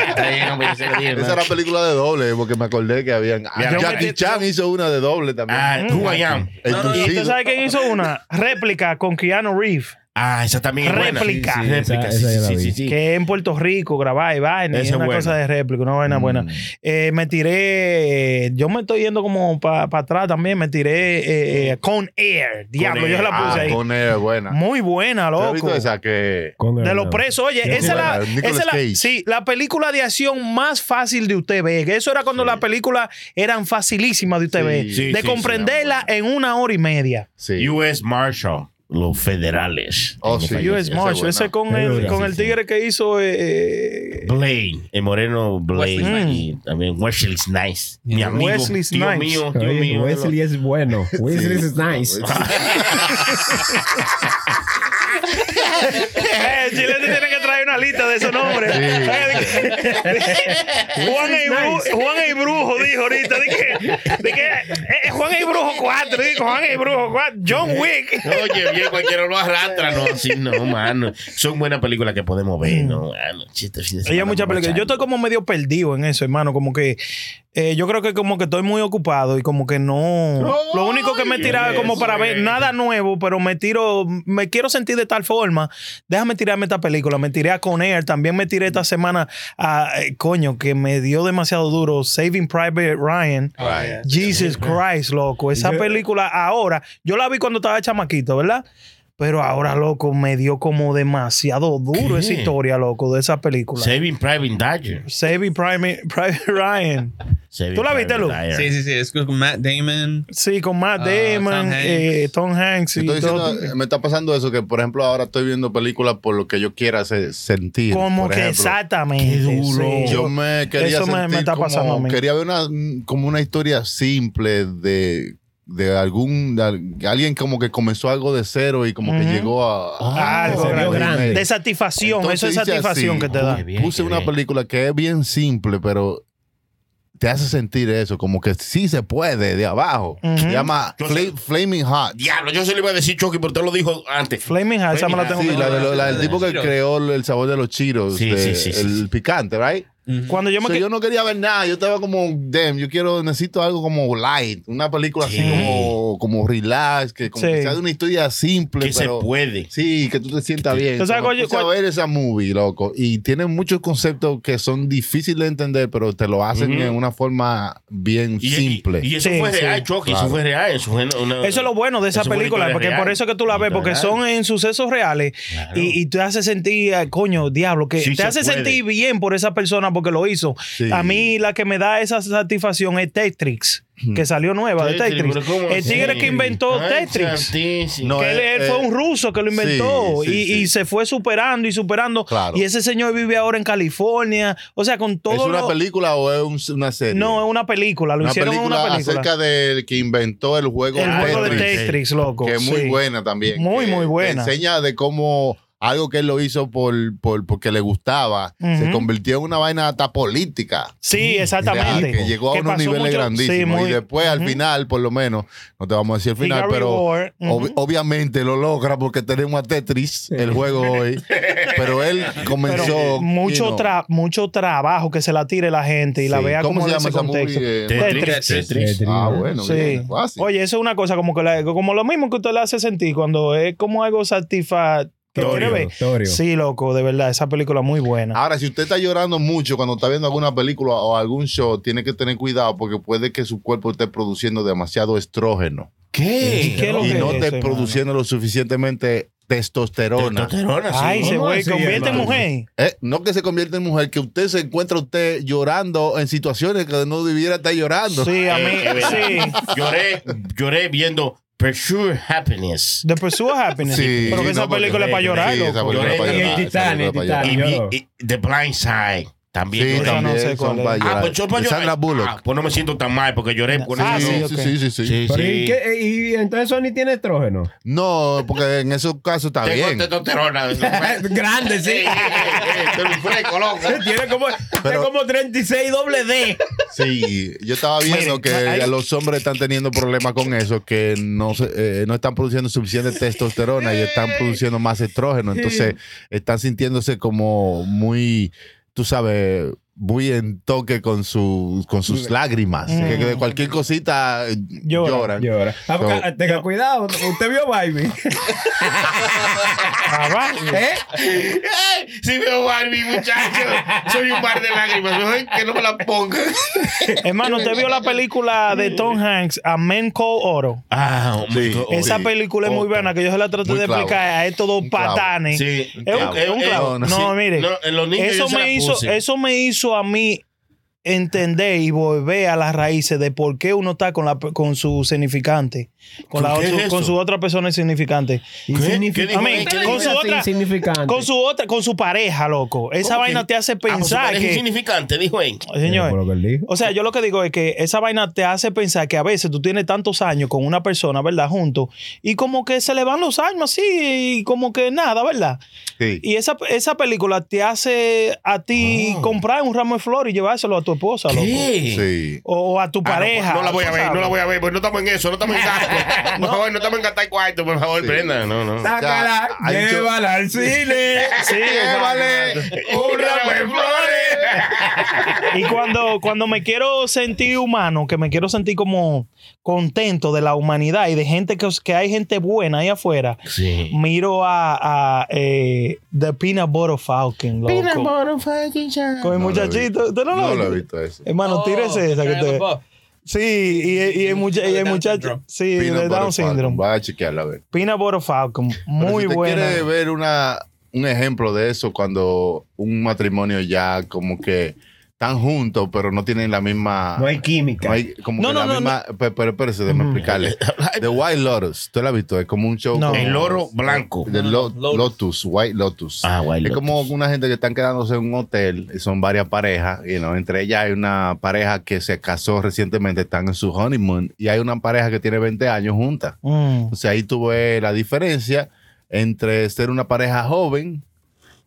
Esa era película de doble, porque me acordé que habían. Ah, Yo Jackie me- Chan hizo una de doble también. Mm. Ah, Who I Am. El ¿Y usted Tuxedo. sabe quién hizo una? Réplica con Keanu Reeves, Ah, esa también es buena. Réplica. Sí, sí, réplica, Esa- sí, esa ya la sí, vi. sí, sí. que en Puerto Rico grababa y vaina. y Esa es una buena. cosa de réplica, una vaina Mm. buena. Eh, me tiré, yo me estoy yendo como para atrás también, me tiré eh, eh, Con Air. Diablo, Air. yo la Ah, puse ahí. con él, buena. Muy buena, ¿Tú has loco. visto esa que. Con el- De los presos, oye, Qué esa es la, buena, Nicolas esa es la- Cage. sí, la película de acción más fácil de usted ver. Que Eso era cuando las películas eran facilísimas de usted Sí, ver. sí, de sí, comprenderla en una hora y media. Sí. U.S. Marshall. los federales. Oh, sí. Fallece- US esa Marshall, es buena. ese con el, Sí, con sí, el sí. tigre que hizo. eh, eh, Blaine, el moreno Blaine Wesley y también Wesley Snipes. Yeah. Mi amigo, Wesley tío Snipes. mío, tío mío. Wesley es bueno. Wesley Sí. es nice. eh, el chileno tiene que traer una lista de esos nombres. Eh, Juan, el Bru- Juan el Brujo dijo ahorita. De que, de que, eh, Juan el Brujo 4. Dijo Juan el Brujo 4. John Wick. Oye, bien, cualquiera lo arrastra, no, sí, no, mano. Son buenas películas que podemos ver, no, Mm. mano. Chiste, fin de Hay semana muchas películas. Yo estoy como medio perdido en eso, hermano. Como que eh, yo creo que como que estoy muy ocupado y como que no. Lo único que me tiraba es como para ver nada nuevo, pero me tiro, me quiero sentir de tal forma. Déjame tirarme esta película. Me tiré a Con Air. También me tiré esta semana a eh, coño que me dio demasiado duro. Saving Private Ryan. Jesus Christ, loco. Esa Yo- película ahora, yo la vi cuando estaba chamaquito, ¿verdad? Pero ahora, loco, me dio como demasiado duro ¿Qué? esa historia, loco, de esa película. Saving Private Dodger. Saving Private, Private Ryan. Saving ¿Tú la viste, Private Lu? Dyer. Sí, sí, sí. Es con Matt Damon. Sí, con Matt Ah, Damon, Tom Hanks. eh, Tom Hanks y Estoy todo. diciendo, me está pasando eso, que por ejemplo ahora estoy viendo películas por lo que yo quiera se- sentir. como eh, por que ejemplo. exactamente. sí. Yo me quería Eso me- me sentir está como- pasando a mí. quería ver una como una historia simple de, de algún de al- alguien como que comenzó algo de cero y como que Ujú. llegó a, Ah, algo a- a- grande. a- De satisfacción, Entonces eso es dice así, satisfacción que te oye, da. Qué bien, Puse qué una bien. película que es bien simple, pero te hace sentir eso, como que sí se puede de abajo. Ujú. Se llama Yo Fla- sé- Flaming Hot. Diablo, yo se lo iba a decir Chucky, pero te lo dijo antes. Flaming Hot, esa me la tengo Sí, que la, de ver. lo- la del tipo que Chiros. creó el sabor de los chiros, Sí, sí, de- sí, sí, el sí. picante, ¿right? Cuando yo me So, que- yo no quería ver nada, yo estaba como, damn, yo quiero, necesito algo como light, una película Sí. así como, como relax, que como Sí. que sea de una historia simple, Que se pero puede. sí, que tú te sientas bien. Tú sabes So, me cuál- puse a cuál- ver esa movie, loco, y tiene muchos conceptos que son difíciles de entender, pero te lo hacen Ujú. en una forma bien Y, y- simple. y eso Sí, fue sí. real, Chucky, eso Claro. fue real. Eso, fue una- Eso es lo bueno de esa Eso fue una película, historia porque real. por eso que tú la ves, Historia porque real. son en sucesos reales Claro. y, y te hace sentir, ah, coño, diablo, que Sí te se hace puede. sentir bien por esa persona porque lo hizo. Sí. A mí la que me da esa satisfacción es Tetris, que salió nueva de Tetris, eh, Tetris. pero ¿cómo El tigre así? que inventó Ay, Tetris. santísimo. No, que él, eh, él fue eh, un ruso que lo inventó sí, sí, y, y sí. se fue superando y superando. Claro. Y ese señor vive ahora en California. O sea, con todo ¿Es una lo- película o es un- una serie? No, es una película. Lo una hicieron película, en una película. acerca del que inventó el juego, el juego de Tetris. Tetris, loco. que es muy sí. buena también. Muy, que muy buena. te enseña de cómo algo que él lo hizo por, por- porque le gustaba Ujú. se convirtió en una vaina hasta política. Sí, exactamente. O sea, Que llegó a Que unos pasó niveles mucho- grandísimos. sí, muy- y después, al Ujú. final, por lo menos, no te vamos a decir el final, Gary pero Moore, ujú. ob- obviamente lo logra porque tenemos a Tetris, el juego hoy. pero él Pero eh, comenzó. mucho, you know, tra- mucho trabajo que se la tire la gente y la sí. vea como ¿Cómo se en ese llama esa movie? contexto. Eh, Tetris. Tetris. Tetris. Ah, bueno, Sí. bien, fácil. Oye, eso es una cosa como que la- como lo mismo que usted le hace sentir cuando es como algo satisfactorio. Torio, Torio. Sí, loco, de verdad, esa película muy buena. Ahora, si usted está llorando mucho cuando está viendo alguna película o algún show, tiene que tener cuidado porque puede que su cuerpo esté produciendo demasiado estrógeno ¿Qué? ¿Qué es lo que y no es esté eso, hermano? produciendo lo suficientemente testosterona. Testosterona, sí. Ay, se ¿Cómo güey, así, convierte en hermano? mujer. Eh, no que se convierta en mujer, que usted se encuentra usted llorando en situaciones que no debiera estar llorando. Sí, a mí, Eh, es verdad. sí. Lloré, lloré viendo Pursue Happiness. The Pursuit of Happiness. Sí, pero que sí, esa no, porque- película es para llorar, sí, loco. esa película es para Y el llorar, esa Titanic, película es para Ah, llorar. Y, yo vi- no. y The Blind Side. También Sí, lloré. Esa no también sé cuál son es. para Ah, llorar. pues yo para De llorar. Sandra Bullock. Ah, pues no me siento tan mal porque lloré con Ah, eso. sí, sí, ok. sí, sí, sí. Sí, Pero sí. ¿y, qué- y entonces Sony tiene estrógeno. No, porque en esos casos está Tengo bien. testosterona. Grande, sí. Estoy un fresco, loco. tiene como, tiene como 36 doble D. Sí, yo estaba viendo Miren, que hay- los hombres están teniendo problemas con eso, que no se- eh, no están produciendo suficiente testosterona y están produciendo más estrógeno, entonces están sintiéndose como muy, tú sabes, muy en toque con su con sus lágrimas, que, que de cualquier cosita eh, Mm. Lloran, lloran. Llora. Ah, So- ah, tenga cuidado, usted vio Baby. Ah, va. ¿Eh? Ay, Si veo Barbie, muchacho, soy un par de lágrimas. Mejor que no me la ponga. Hermano, ¿usted vio la película de Tom Hanks, A Man Called Oro? Ah, Sí. hombre. Esa Oh, Sí. película es muy Otra. buena, que yo se la traté Muy de clavo. explicar a estos dos Un clavo. patanes. Sí. Es un, es un clavo. Eh, no, No, mire. eh, No, en los niños yo eso, se la me hizo, puse. Ah, eso me hizo a mí entender y volver a las raíces de por qué uno está con, la, con su significante, con, la, ¿Qué es su- con eso? su otra persona significante. ¿Qué dijo I mean, él? ¿Qué con dijo su él? otra, Insignificante. con su otra, con su pareja, loco. Esa ¿Cómo vaina que? te hace Ah, pues, pensar parece que, insignificante, dijo él. señor, Fue lo que él dijo. o sea, yo lo que digo es que esa vaina te hace pensar que a veces tú tienes tantos años con una persona, ¿verdad? Junto, y como que se le van los años así, y como que nada, ¿verdad? Sí. Y esa, esa película te hace a ti comprar un ramo de flores y llevárselo a tu esposa, loco. ¿Qué? Sí. O a tu Ah, no, pareja. No, la voy a ver, ¿sabes? no la voy a ver, pues no estamos en eso, no estamos en gasto. Por favor, no estamos en gastar cuarto, por favor, Sí. prenda. No, no. Sácala, Ya, hay mucho- llévala al cine. Sí, llévale un ramo de flores. Y cuando, cuando me quiero sentir humano, que me quiero sentir como contento de la humanidad y de gente que, que hay gente buena ahí afuera, Sí. miro a, a, eh, The Peanut Butter Falcon, loco. Con el No lo he muchachito. ¿Usted no lo No ha lo he visto? visto eso. Hermano, Oh, tírese esa que Shia te... LaBeouf. Sí, y, y, y el mucha- y el Down muchacho... syndrome. Sí, de Peanut Down Butter Falcon. Syndrome. Vaya a chequearla a ver. Peanut Butter Falcon, Pero muy si te buena. quieres ver una, un ejemplo de eso cuando un matrimonio ya como que están juntos, pero no tienen la misma. No hay química. no hay como No, que no, la no, misma. pe- Pero espérese, déjame explicarle. The White Lotus, tú la has visto, es como un show. No. como- El oro blanco. The Lo- Lotus. Lotus, White Lotus. Ah, White es Lotus. como una gente que están quedándose en un hotel y son varias parejas. Y no entre ellas hay una pareja que se casó recientemente, están en su honeymoon. Y hay una pareja que tiene 20 años juntas. Mm. O sea, ahí tuve la diferencia entre ser una pareja joven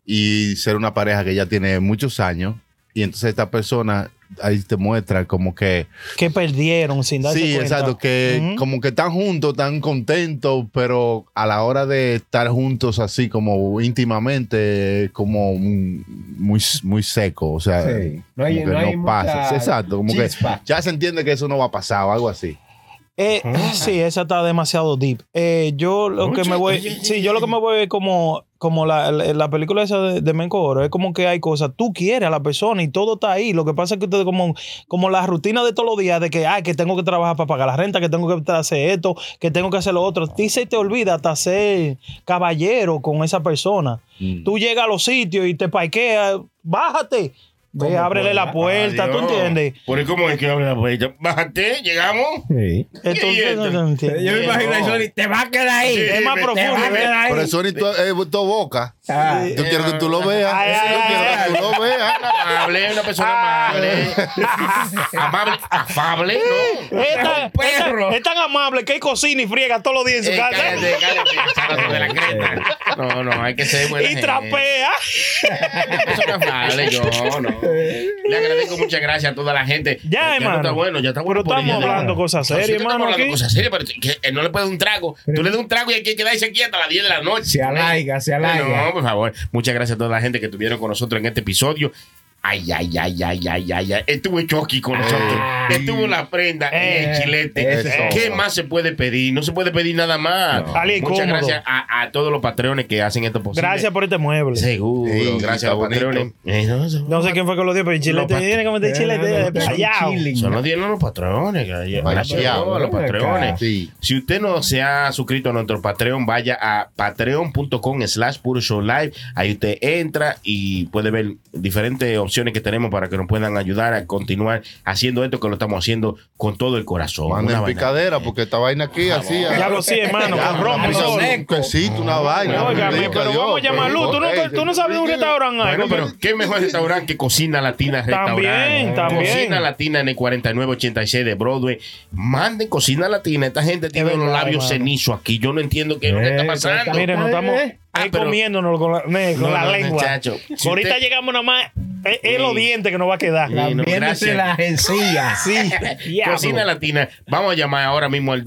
y ser una pareja que ya tiene muchos años. Y entonces esta persona ahí te muestra como que... Que perdieron sin darse sí, cuenta. exacto, que Ujú. como que están juntos, están contentos, pero a la hora de estar juntos así como íntimamente, como un- muy, muy seco, o sea... Sí. No hay- como que no hay pasa. mucha Exacto, como chispa. que ya se entiende que eso no va a pasar o algo así. Eh, Sí, esa está demasiado deep. Eh, yo lo que me voy, sí, yo lo que me voy es como, como la, la- la película esa de, de Menko Oro, es como que hay cosas, tú quieres a la persona y todo está ahí. Lo que pasa es que ustedes como, como la rutina de todos los días de que, ay, que tengo que trabajar para pagar la renta, que tengo que hacer esto, que tengo que hacer lo otro. A ti se te olvida hasta ser caballero con esa persona. Mm. Tú llegas a los sitios y te parqueas, bájate, ve, ábrele la puerta, ¿tú Adiós. entiendes? Por eso, ¿cómo es que abre la puerta? Bájate, llegamos. Sí. Entonces, esto? no te Yo entiendes. me imagino a Sony, te va a quedar ahí. es más Te profundo, va a ¿eh? quedar ahí. Pero eso ni tu, eh, tu boca. Ah. Yo quiero que tú lo veas. Eh, Ay, ay, yo ay, ay. quiero que tú lo veas. Amable, una persona amable. Ah. amable, afable, ¿no? Es tan, un perro. es tan- es tan amable que él cocina y friega todos los días en su Eh, casa. cállate, cállate, sácate de la creta. No, no, hay que ser buena Y gente. trapea. Persona afable, yo, no. Le agradezco muchas gracias a toda la gente. Ya, hermano. está bueno, ya está Pero bueno. por estamos ahí, ya. hablando cosas No, sí, serias, estamos hermano, hablando aquí. cosas serias, pero que él no le puede dar un trago. Tú le das un trago y hay que quedarse aquí hasta las 10 de la noche. ¿eh? Se alaiga, se alaiga. No, por favor. Muchas gracias a toda la gente que estuvieron con nosotros en este episodio. Ay, ay, ay, ay, ay, ay, ay. Estuvo Chucky con nosotros. Estuvo la prenda y el Eh, chilete. eso. ¿Qué más se puede pedir? No se puede pedir nada más. No. Ali, Muchas cómodo. gracias a, a todos los patrones que hacen esto posible. Gracias por este mueble. Seguro. Pues, Sí, gracias está a los bonito. patrones. Eh, no, son- No sé quién fue que lo dio, pero el Los chilete pat- viene como de chilete de payao. Son los diez, no, los patrones. Gracias gracias a todos los patrones. Sí. Si usted no se ha suscrito a nuestro Patreon, vaya a patreon.com slash puro show live. Ahí usted entra y puede ver diferentes opciones que tenemos para que nos puedan ayudar a continuar haciendo esto que lo estamos haciendo con todo el corazón. Una Manden vaina. picadera porque esta vaina aquí así. ah, Ya lo sí, hermano, con ron vamos a solo. un quesito, una vaina. Óigame, Bendiga pero Dios, vamos a llamarlo. Tú no, Ey, tú no sabes de un restaurante. eh, Bueno, algo que- pero qué mejor restaurante que Cocina Latina Restaurante. También, también. Cocina Latina en el 4986 de Broadway. Manden Cocina Latina. Esta gente tiene los verdad, labios hermano. Eh, cenizos aquí. Yo no entiendo qué es lo que está pasando. Mire, nos estamos Ah, ahí pero- comiéndonos con la, ne- con No, la no, lengua. muchacho. Si Ahorita usted- llegamos nomás. Es, es los Sí. dientes que nos va a quedar. Sí, no, Viéndose gracias. las encías. Sí. Diablo. Cocina Latina. Vamos a llamar ahora mismo al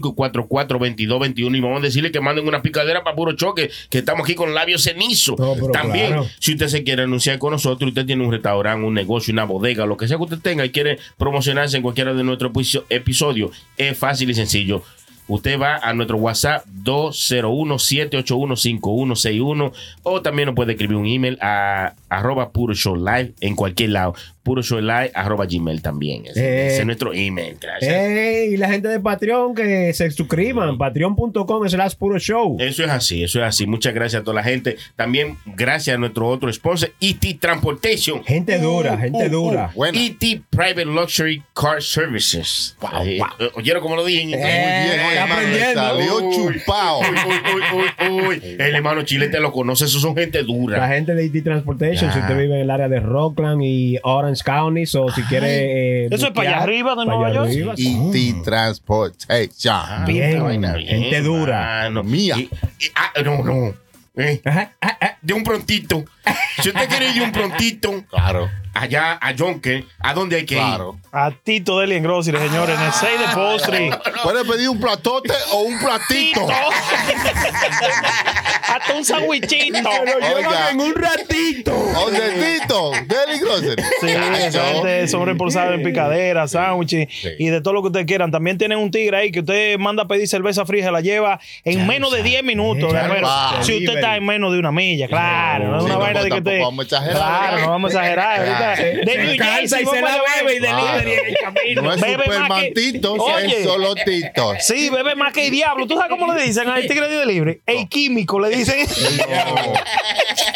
212-544-2221 y vamos a decirle que manden una picadera para puro choque, que estamos aquí con labios cenizo. No, pero También, claro. si usted se quiere anunciar con nosotros, usted tiene un restaurante, un negocio, una bodega, lo que sea que usted tenga y quiere promocionarse en cualquiera de nuestros episo- episodios, es fácil y sencillo. Usted va a nuestro WhatsApp 201-781-5161 o también nos puede escribir un email a arroba puro show live en cualquier lado. puroshowelive.gmail también. Ese, Eh. ese es nuestro email. Gracias. Ey, y la gente de Patreon que se Mm. suscriban, patreon.com slash puro show. Eh, Eso es así, eso es así. Muchas gracias a toda la gente. También gracias a nuestro otro sponsor, ET Transportation. uh, Gente dura, gente dura. Buena. ET E Private Luxury Car Services. Eh, ¿Oyeron cómo lo dije? en inglés? Eh, Muy bien, está oye, hermano, aprendiendo. salió Uy. chupado. Uy, uy, uy, uy. El hermano chilete lo conoce, esos son gente La dura. gente de IT Transportation, Ya. si usted vive en el área de Rockland y Orange County, o si quiere. eh, Eso es para allá buquear, arriba de para Nueva allá York. arriba, sí. ET Transportation. Ah, Bien, gente dura. hermano. Mía. Y- y- ah, no, no. Eh, Ajá, ah, ah. de un prontito. Si usted quiere ir de un prontito, Claro, allá a Jonker, ¿a dónde hay que ir? claro. A Tito Deli en Grocery, señores, en el 6 Ah, de postre. Puedes pedir un platote o un platito. Hasta un sandwichito. Oiga, en un ratito. Ondetito, Deli Grocery. Sí, esa gente son responsables en picaderas, sándwiches y de todo lo que ustedes quieran. También tienen un tigre ahí que usted manda a pedir cerveza fría, se la lleva en menos de 10 minutos. Ya lo guerrero. sabe. si usted está en menos de una milla, claro. No es Sí, una no, vaina de que tampoco usted. vamos a exagerar. Claro, no vamos a exagerar. ahorita. Claro. De New Calza Jersey, y se vamos la a llevar- bebe y delivery Claro. en el camino. No es Bebe más que- supermantitos, Oye. es solo titos. Sí, bebe más que el diablo. ¿Tú sabes cómo le dicen al tigre de libre? El químico, le dicen. No.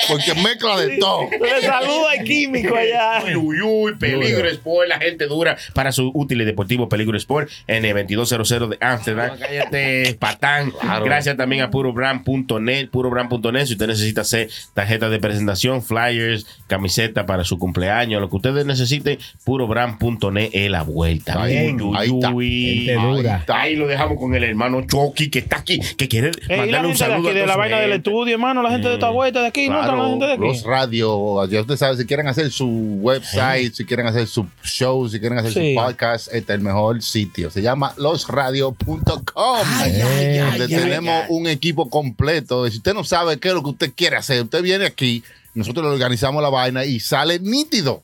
Porque mezcla de todo. Le saluda el químico allá. Uy, uy, uy, Peligro Sport, la gente dura para sus útiles deportivos Peligro Sport en el 2200 de Amsterdam. Cállate, patán. Gracias también a purobrand.net, purobrand.net si usted necesita hacer tarjetas de presentación, flyers, camiseta para su cumpleaños, lo que ustedes necesiten, purobrand.net es la vuelta. Ahí, Uy, uy, ahí está. uy. Gente dura. Ahí lo dejamos con el hermano Chucky que está aquí, que quiere Ey, la mandarle un gente de saludo aquí, a de la toda su vaina del gente. estudio, hermano, la gente de esta vuelta de aquí, no está la gente de Claro, aquí. los radio, ya usted sabe, si quieren hacer su website, si quieren hacer su show, si quieren hacer Sí. su podcast, este es el mejor sitio. Se llama losradio.com. Donde tenemos un equipo completo. Y Si usted no sabe qué es lo que usted quiere hacer, usted viene aquí, nosotros le organizamos la vaina y sale nítido.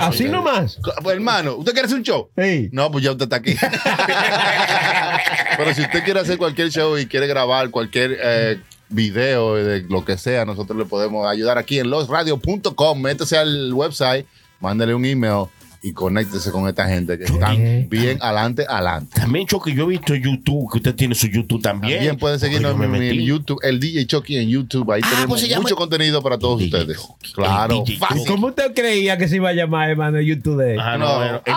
Así nomás. Hermano, ¿usted quiere hacer un show? Ey. No, pues ya usted está aquí. Pero si usted quiere hacer cualquier show y quiere grabar cualquier eh, video de lo que sea, nosotros le podemos ayudar aquí en losradio.com. Métese al website, mándale un email y conéctese con esta gente que están bien adelante, adelante. También, Chucky, yo he visto YouTube, que usted tiene su YouTube también. También pueden seguirnos Oye, yo en me mi metí. YouTube, el DJ Chucky en YouTube. Ahí tenemos pues se llama- mucho contenido para todos DJ ustedes. Chucky, el Claro. DJ fácil. Chucky. ¿Cómo usted creía que se iba a llamar, hermano, YouTube de él? Ah, No, no, bueno, el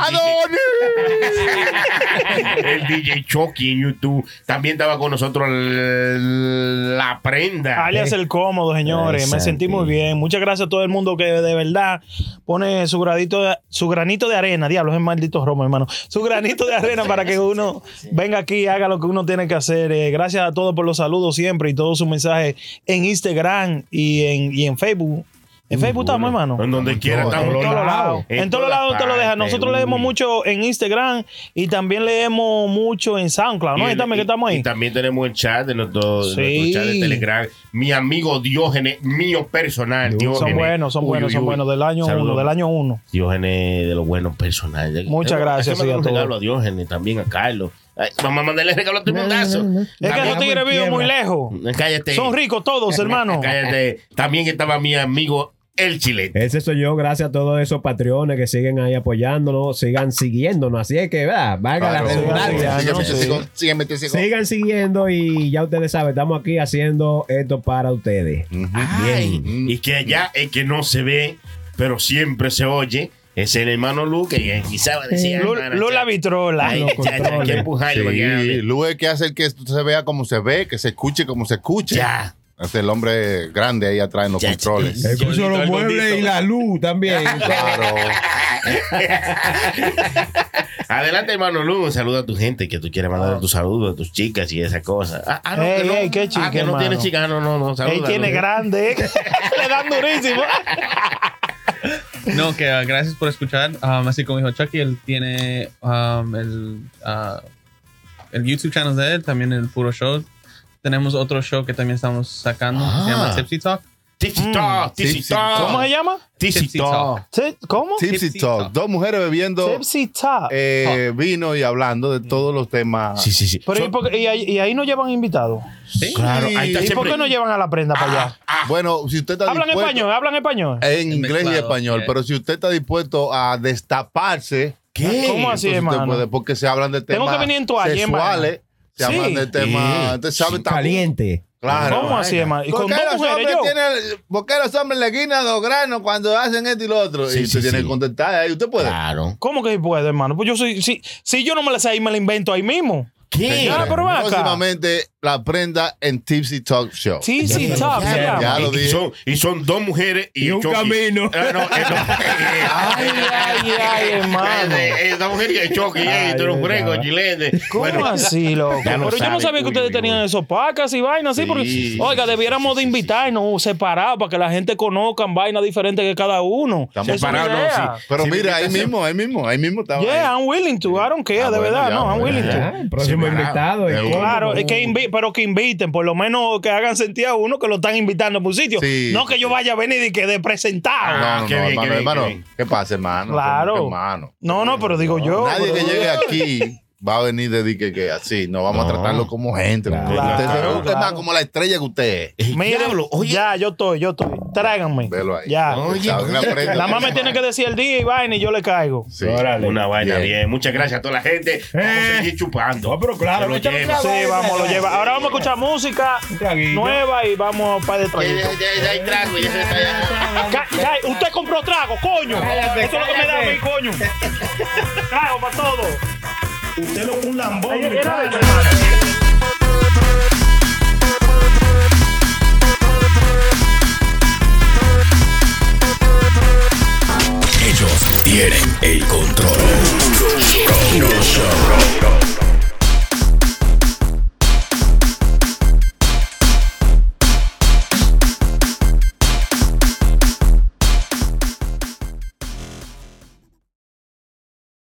DJ, el DJ Chucky en YouTube. También estaba con nosotros el- la prenda. Alias Ah, el cómodo, señores. Me Exacto. sentí muy bien. Muchas gracias a todo el mundo que de verdad pone su granito de, su granito de arena. Diablo, es maldito romo, hermano. Su granito de arena para que uno venga aquí y haga lo que uno tiene que hacer. Eh, gracias a todos por los saludos siempre y todos sus mensajes en Instagram y en, y en Facebook. En Facebook estamos, hermano. En donde quiera todo, estamos. En todos lados. lados. En todos lados te lo deja. Nosotros leemos mucho en Instagram y también leemos mucho en SoundCloud. ¿No? Ahí también que estamos ahí. Y también tenemos el chat de nuestro, de Sí. nuestro chat de Telegram. Mi amigo Diógenes, mío personal. Son Diógenes. buenos, son Uy, buenos, uy, son uy. buenos. Del año Saludos. uno, del año uno. Diógenes de los buenos personajes. Muchas Hay que gracias, sí, mandarle a un todos. regalo a Diógenes, también a Carlos. Ay, vamos a mandarle regalo a tu mundazo. Es que También- esos tigres viven muy lejos. Cállate. Son ricos todos, hermano. Cállate. También estaba mi amigo El Chilete. Ese soy yo, gracias a todos esos patrones que siguen ahí apoyándonos, sigan siguiéndonos. Así es que, ¿verdad? Valga Claro. la redundancia. Claro. Sígueme, Sí. te sigo, sígueme, te sigo. Sigan siguiendo y ya ustedes saben, estamos aquí haciendo esto para ustedes. Ay, Y que allá es que no se ve, pero siempre se oye. Es el hermano Lu que quizá decía. Lula, Lula Vitrola. Ay, Lo chacha, hay que controla. empujarlo. para que Sí, hable. Luego hay que hacer que esto se vea como se ve, que se escuche como se escucha. Ya. Es el hombre grande ahí atrás en los Ya, controles. ya, Incluso los muebles y la luz también. Claro. Adelante, hermano Lu. Saluda a tu gente que tú quieres mandar tus saludos, a tus chicas y esas cosas. Ah, ah, no, Oh. Ey, que no. ey, qué Ah, chica, que no tiene hermano. chicas. Ah, No, no, no. Él salúdalo. tiene grande. eh. Le dan durísimo. No, que ah, gracias por escuchar. Um, así como dijo Chucky, él tiene um, el, ah, el YouTube channel de él, también el Puro Show. Tenemos otro show que también estamos sacando, que se Ah. llama Tipsy Talk. Mm. Tizitó, tizitó. ¿Cómo se llama? Tizitó. Ti- ¿Cómo? Tipsy Tipsy Talk. Talk. Dos mujeres bebiendo Tipsy Top. eh, vino y hablando de todos los temas. Sí, sí, sí. Pero ¿y, Son- por qué- y ahí, y ahí no llevan invitados. Claro, ahí está ¿Y por siempre. qué no llevan a la prenda para allá? Bueno, si usted Ah, está Hablan dispuesto- Eh. español, hablan español. En inglés y mezclado, español. ok. Pero si usted está dispuesto a destaparse, ¿Qué? ¿Cómo así, entonces usted hermano? puede, porque se hablan de Tengo temas que venir en toalla, sexuales, se Sí. hablan de temas, usted sabe, tabú. Caliente. Claro. ¿Cómo así, hermano? Y con Porque dos los mujeres hombres yo. tienen- porque los hombres le guinan los granos cuando hacen esto y lo otro. Sí, y usted sí, tiene sí. que contestar ahí. Usted puede. Claro. ¿Cómo que sí puedo, hermano? Pues yo soy, si, si yo no me la sé ahí, me la invento ahí mismo. ¿Qué? Ya, pero ven acá. Próximamente la prenda en Tipsy Talk Show. Sí, sí, top. se ya, llama. ya. lo Y, dije. son, y son dos mujeres y, Y un Chucky. camino. Ah, no, eh, no. Ay, ay, ay, hermano. Eh, eh, dos mujeres y el Chucky, eh, Ay, y tú los verdad. gregos, chilete. ¿Cómo así, loco? ya lo Pero yo no sabe, sabía que uy, ustedes uy, tenían uy. esos pacas y vainas así, Sí, porque, sí, oiga, sí, debiéramos sí, sí, de invitarnos separados para que la gente conozca vainas diferentes que cada uno. Estamos Esa es la separados, idea. no, Pero Sí, mira, ahí invitación. mismo, ahí mismo, ahí mismo estaba. Yeah, ahí. I'm willing to. I don't care, Ah, de bueno, verdad. ya, no, I'm bueno, willing ya. to. Ah, el próximo Separado. invitado. Seguro. Claro, es es que invi- pero que inviten, por lo menos que hagan sentir a uno que lo están invitando a un sitio. Sí. no que yo vaya a venir y quede No, presentado. no, Ah, no, qué bien, hermano, qué bien, hermano. qué bien. ¿Qué pasa, hermano? Claro. ¿Qué Hermano. No, no, pero digo yo. Nadie pero- que llegue aquí va a venir de di que, que así. No vamos a No. tratarlo como gente. Claro, Usted se- claro, usted es más claro. como la estrella que usted es. Mire, Diablo, oye. ya, yo estoy, yo estoy. Tráiganme. Velo ahí. Ya. Usted sabe, una prenda. La mamá me tiene que decir el día y vaina y yo le caigo. Sí. Órale. Una vaina Bien. bien. Muchas gracias a toda la gente. Vamos a Eh. seguir chupando. No, pero claro, Se lo échale lleva. otra Sí, vamos, lo lleva. Ahora vamos a escuchar música Un traguillo. nueva y vamos para el traguito. Ca- ca- Usted compró trago, coño. Cállate, Eso es lo que me da a mí, cállate. coño. Trago para todo. Usted lo un lambón.